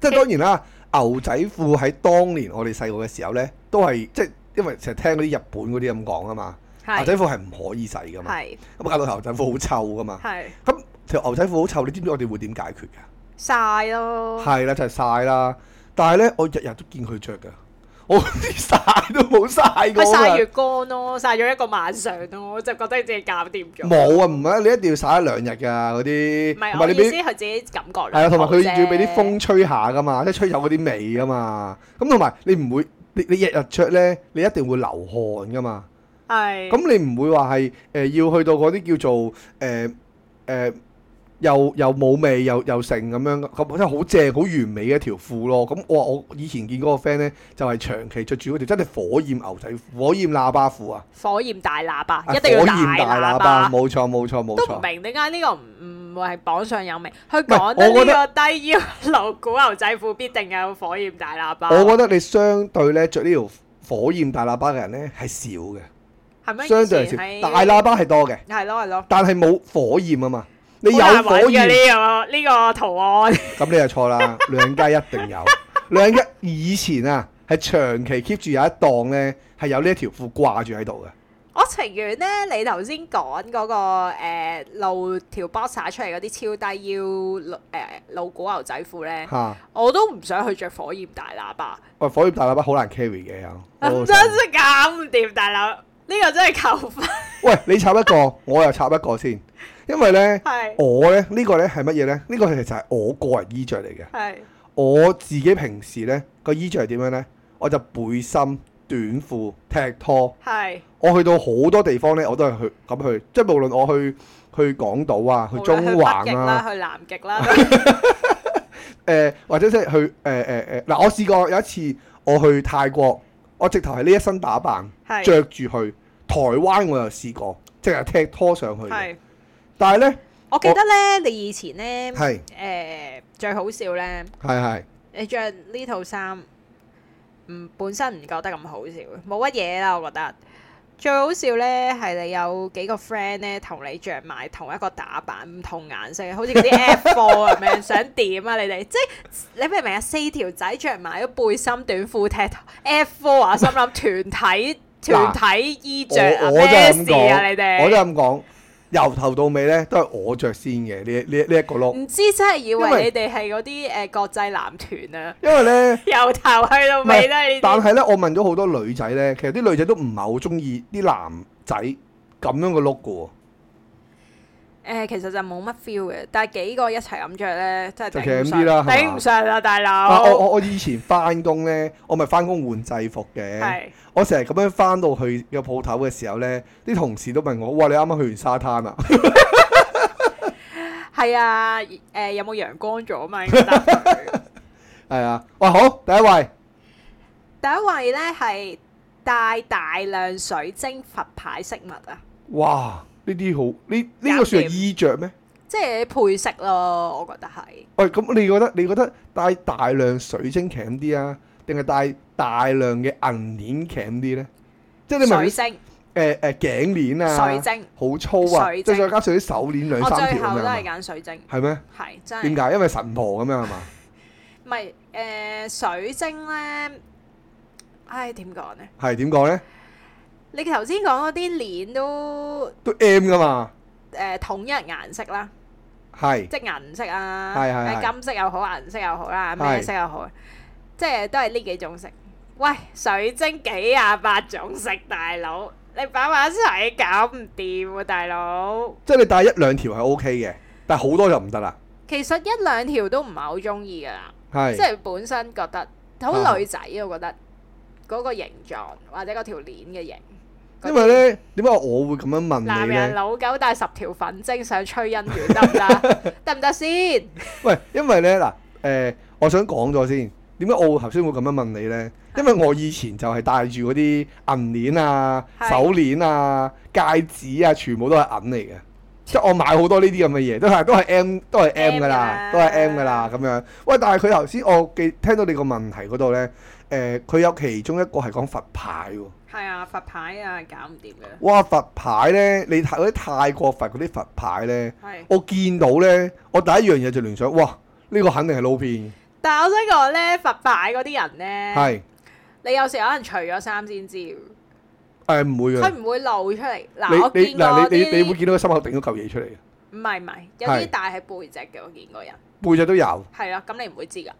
即係當然啦，牛仔褲喺當年我哋細個嘅時候呢，都係即係因為成日聽嗰啲日本嗰啲咁講啊嘛，牛仔
係
褲係唔可以洗噶嘛，
係
咁啊搞到牛仔褲好臭噶嘛。
係
咁條牛仔褲好臭，你知唔知我哋會點解決㗎？
晒咯，
係啦，就係晒啦。但係咧，我日日都見佢着噶，我 啲晒都冇晒過
咪晒
㗎
月光咯，晒咗一個晚上咯，我就覺得自己搞掂咗。
冇啊，唔係啊你一定要晒一兩日㗎嗰啲，
唔係
係
我
你
意
俾
思，佢自己感覺
係啊，同埋佢
良
仲
好
要俾啲
啫
風吹下㗎嘛，即係吹走嗰啲味㗎嘛。咁同埋你唔會，你你日日着咧，你一定會流汗㗎嘛。
係
咁你唔會話係誒要去到嗰啲叫做誒誒、又又冇味又又剩咁樣，咁真係好正好完美嘅一條褲咯。咁我我以前見嗰個 friend 咧，就係、長期着住嗰條真係火焰牛仔褲、火焰喇叭褲啊，
火焰大喇叭，
啊
一定要
火焰大
喇
喇叭，冇錯冇錯冇
都唔
錯。
明點解呢個唔唔會係榜上有名。佢
係
講得
我覺
呢個低 腰露股牛仔褲必定有火焰大喇叭，
我覺得你相對咧着呢條火焰大喇叭嘅人咧係少嘅，
係咪？
相對係少。大喇叭係多嘅，
係咯係咯，
但係冇火焰啊嘛。你有
好難
火
揾嘅
焰，
呢個呢個圖案，
咁你就錯啦。 兩家一定有，兩家以前啊係長期 keep 住有一檔呢，係有呢一條褲掛住喺度嘅。
我情願咧你頭先講嗰個呃露條 boxer 出嚟嗰啲超低腰露誒露股牛仔褲咧，
嚇、
我都唔想去着火焰大喇叭，
喂，火焰大喇叭好難 carry 嘅又。 我
真係搞唔掂大佬，呢個真係求婚
喂，你插一個，我又插一個先，因為 呢，
係
我呢，呢、個呢係乜嘢呢？呢、個其實係我個人衣着嚟嘅。
係
我自己平時呢個衣着係點樣呢？我就背心、短褲、踢拖。
係
我去到好多地方呢，我都係去咁去，即係無論我去去港島啊，去
無論
中
北
環
極
啊，
啦，去南極啦，
誒、呃或者即係去誒誒誒嗱，我試過有一次我去泰國，我直頭係呢一身打扮
係
着住去台灣，我又試過，即係踢拖上去嘅。
係。
但係呢，
我記得咧，你以前咧，
係
誒、最好笑咧，
係係
你着呢套衫，唔本身唔覺得咁好笑，冇乜嘢啦，我覺得。最好笑咧係你有幾個 friend 咧同你着埋同一個打扮，唔同顏色，好 似嗰啲 F 4咁樣，想點啊你哋？即係你明唔明啊？四條仔着埋咗背心短褲踢 F 4啊，心諗團體團
嗱
體衣着
我
啊，
我就
咩
係咁
事啊你
講，我就
哋？
係咁講，由頭到尾呢都係我着先嘅呢呢呢一個 look。
唔知真係以
因為
為你哋係嗰啲誒國際男團啊！
因為咧，
由頭去到
唔係
尾都係呢
但
啲。
係咧，我問咗好多女仔咧，其實啲女仔都唔係好中意啲男仔咁樣嘅 look 嘅
哦
喎，
誒、其實就冇乜 feel 嘅，但係幾個一齊咁着咧，真係
就
頂
cam
唔
啲
順
啦係嘛
頂唔順啦，大
啊我
佬。
我我以前翻工咧，我咪翻工換制服嘅。
係
我成日咁樣翻到去個鋪頭嘅時候咧，啲同事都問我：哇，你啱啱去完沙灘 啊？
係啊，誒、有冇陽光咗啊嘛？應 該答佢
係啊，哇好，第一位
第一位咧係帶大量水晶佛牌飾物啊，
哇，呢啲好呢呢個算係
搞掂
衣着咩？
即係配飾咯，我覺得係。
喂，咁你覺得你覺得帶大量水晶鉗啲啊，定係帶大量嘅銀鏈鉗啲咧？即係你明唔
水
明
晶，
誒誒呃頸鏈啊？
水晶，
好粗啊！即
水晶
係再加上啲手鏈兩
我
三
最
條
後
咁
都
樣
係
啊，
揀水晶，
係咩？
係真係
點。解？因為神婆咁樣啊係嘛？
唔係誒水晶咧，唉點講咧？
係點講咧？
你頭先講嗰啲鏈都誒、
都 M 噶嘛？
呃、統一顏色啦，
係
即係銀色啊，
係係
誒
係
金色又好，銀色又好啦，
係
咩色又好，即係都係呢幾種色。喂，水晶幾廿八種色，大佬你擺埋一齊搞唔掂喎，大佬。
即係你帶一兩條係 OK 嘅，但係好多就唔得啦。
其實一兩條都唔係好中意噶啦，即
係
係本身覺得好女仔啊，我覺得嗰個形狀或者嗰條鏈嘅形。
因為咧點解我會咁樣問
男
你
人
咧？
老狗帶十條粉晶想吹姻緣 得唔得？得唔得先？
喂，因為咧嗱誒，我想講咗先。點解我會頭先會咁樣問你咧？因為我以前就係帶住嗰啲銀鏈啊、
係
手鏈啊、戒指啊，全部都係銀嚟嘅。即係我買好多呢啲咁嘅嘢，都係都係 M 都係 M 噶啦，
M 㗎啦
都係 M 噶啦咁樣。喂，但係佢頭先我記聽到你個問題嗰度咧，誒、佢有其中一個係講佛牌喎。
係啊，佛牌啊，搞唔掂嘅。
哇，佛牌咧，你睇嗰啲泰國佛嗰啲佛牌咧，
係，
我見到咧，我第一樣嘢就聯想，哇！呢、個肯定係撈片，
但係我想講咧，佛牌嗰啲人咧，
係
你有時可能除咗衫先知，
誒唔會嘅
佢。唔會露出嚟。嗱，我
你你
見過
嗱你你你會
啲，
見到佢心口頂咗嚿嘢出嚟啊嘅，
唔係唔係，有
係
啲戴喺背脊嘅，我見過人。
背脊都有，
係咯，咁你唔會知㗎。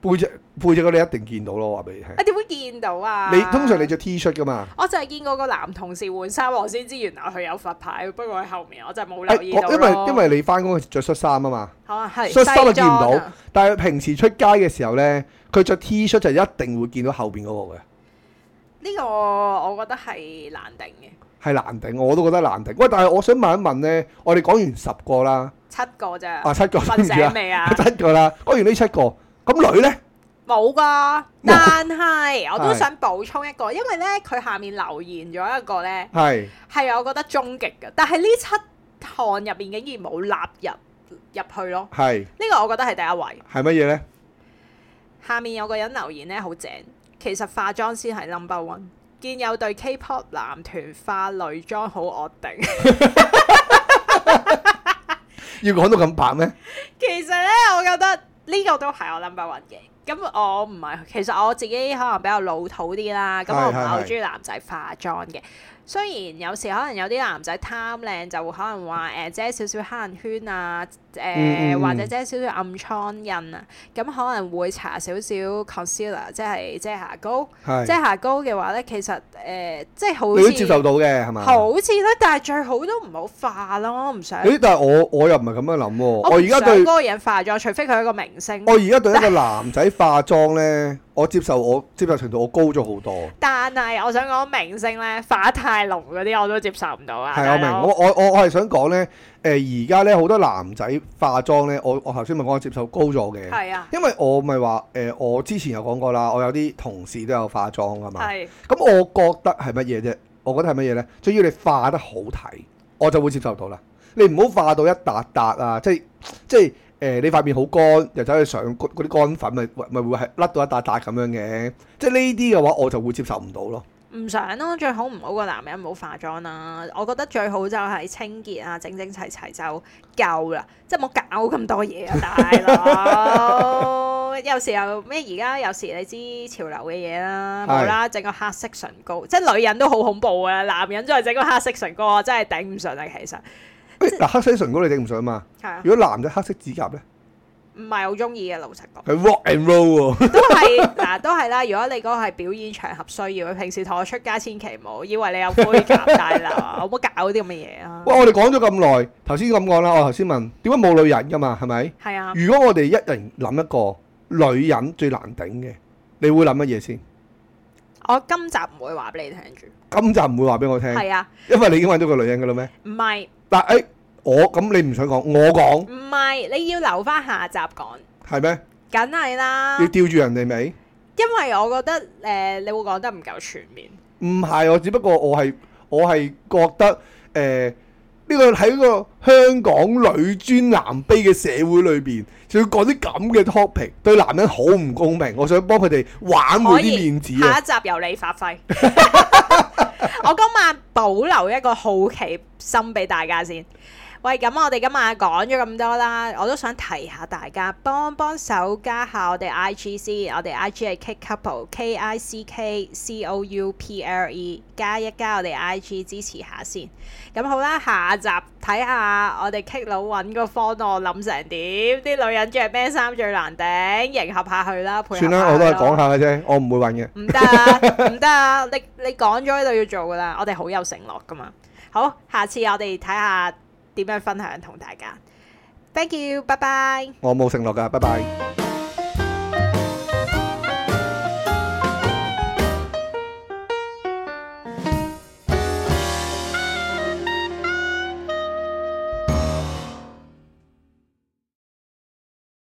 背脊背脊嗰啲一定見到咯，我話俾你聽。
啊，點會見到啊？
你通常你着 T 恤噶嘛？
我就係見過個男同事換衫，我先知原來佢有佛牌。不過喺後面我就冇
誒
留意到
我因為
咯
因為你翻工係着恤衫啊嘛，
可能係
恤衫就見
西
唔
裝
到
啊，
但係平時出街嘅時候咧，佢着 T 恤就一定會見到後邊嗰個嘅，
呢個我覺得係難定嘅，
係難頂，我都覺得難頂。喂，但係我想問一問咧，我哋講完十個啦，
七 個咋？
啊七個
瞓
唔知啦
醒未 啊
七個啦，講完呢七個，咁女咧
冇噶，
冇
但係我都
係
想補充一個，因為咧佢下面留言咗一個咧
係
係我覺得終極嘅，但係呢七項入面竟然冇納入入去咯，
係
呢個我覺得係第一位。
係乜嘢咧？
下面有個人留言咧好正，其實化妝先係 number one。見有對 K-pop 男團化女裝好惡定，
要講到咁白咩？
其實咧，我覺得呢個都係我 number one 嘅。咁我唔係，其實我自己可能比較老土啲啦。咁我唔係好
係係係
中意男仔化妝嘅。雖然有時可能有啲男仔貪靚，就會可能話誒、遮少少黑眼圈啊，誒、
嗯嗯嗯
或者遮少少暗瘡印啊，咁可能會搽少少 concealer，即係遮瑕膏。
係
遮瑕膏嘅話咧，其實誒、呃即係好
你
似
都接受到嘅係嘛？
好似咧，但係最好都唔好化咯，唔想。
咦，但係我我又唔係咁樣諗喎，我
我
而
唔
家
想
對
嗰個人化咗，除非佢係一個明星
我。而家對一個男仔化妝咧，我接受我接受程度我高咗好多。
但係我想講明星咧，化太濃嗰啲我都接受唔到啊。
係我明，我我我我係想講咧，誒而家咧好多男仔化妝咧，我我頭先咪講我接受高咗嘅，
係啊，
因為我咪話誒我之前有講過啦，我有啲同事都有化妝噶嘛，
係
咁我覺得係乜嘢啫？我覺得係乜嘢咧？最要你化得好睇，我就會接受到啦。你唔好化到一笪笪啊，即係即係誒、呃你塊面好乾，又走去上嗰嗰啲乾粉，咪咪會係甩到一笪笪咁樣嘅，即係呢啲嘅話我就會接受唔到咯。
唔想咯，最好唔好個男人唔好化妝啦。我覺得最好就係清潔啊，整整齊齊就夠啦，即係冇搞咁多嘢啊，大佬。有時候咩而家有時你知潮流嘅嘢啦，
係
冇啦整個黑色唇膏，即係女人都好恐怖啊，男人再整個黑色唇膏，我真係頂唔順啊，其實
喂嗱、黑色唇膏你頂唔上啊嘛？
係啊，
如果男仔黑色指甲咧，
唔係好中意嘅，老實講。
佢 rock and roll 喎、
都係嗱，都係啦。如果你嗰個係表演場合需要，平時同我出街千祈唔好以為你有灰甲大佬，唔好搞啲咁嘅嘢啊。
喂，我哋講咗咁耐，頭先咁講啦，我頭先問點解冇女人噶嘛？係咪？
係啊，
如果我哋一人諗一個女人最難頂嘅，你會諗乜嘢先？
我今集唔會話俾你聽住。
今集唔會話俾我聽，
係啊，
因為你已經揾到個女人噶啦咩？
唔係
但誒、欸我咁你唔想講，我講
唔係，你要留翻下集講，
係咩？
梗係啦
要。吊住人哋尾？
因為我覺得誒、呃你會講得唔夠全面。
唔係，我只不過我係我係覺得誒呢、個喺個香港女尊男卑嘅社會裏邊，仲要講啲咁嘅 topic，對男人好唔公平。我想幫佢哋挽
可
回啲
以
面子
下
啊！
一集由你發 揮。我今晚保留一個好奇心俾大家先。喂，咁我哋今晚講咗咁多啦，我都想提下大家，幫幫手加下我哋 I G 先，我哋 I G 係 Kick Couple K I C K C O U P L E，加一加我哋 I G 支持下先。咁好啦，下集睇下我哋 Kick 佬揾個方案諗成點，啲女人着咩衫最難頂，迎合下去啦，配合
算啦，我都係
下去咯
講下嘅啫，我唔會揾嘅。
唔得啊，唔得啊！你你講咗呢度要做噶啦，我哋好有承諾噶嘛。好，下次我哋睇下點樣分享同大家。Thank you，拜拜。
我冇承諾㗎，拜拜。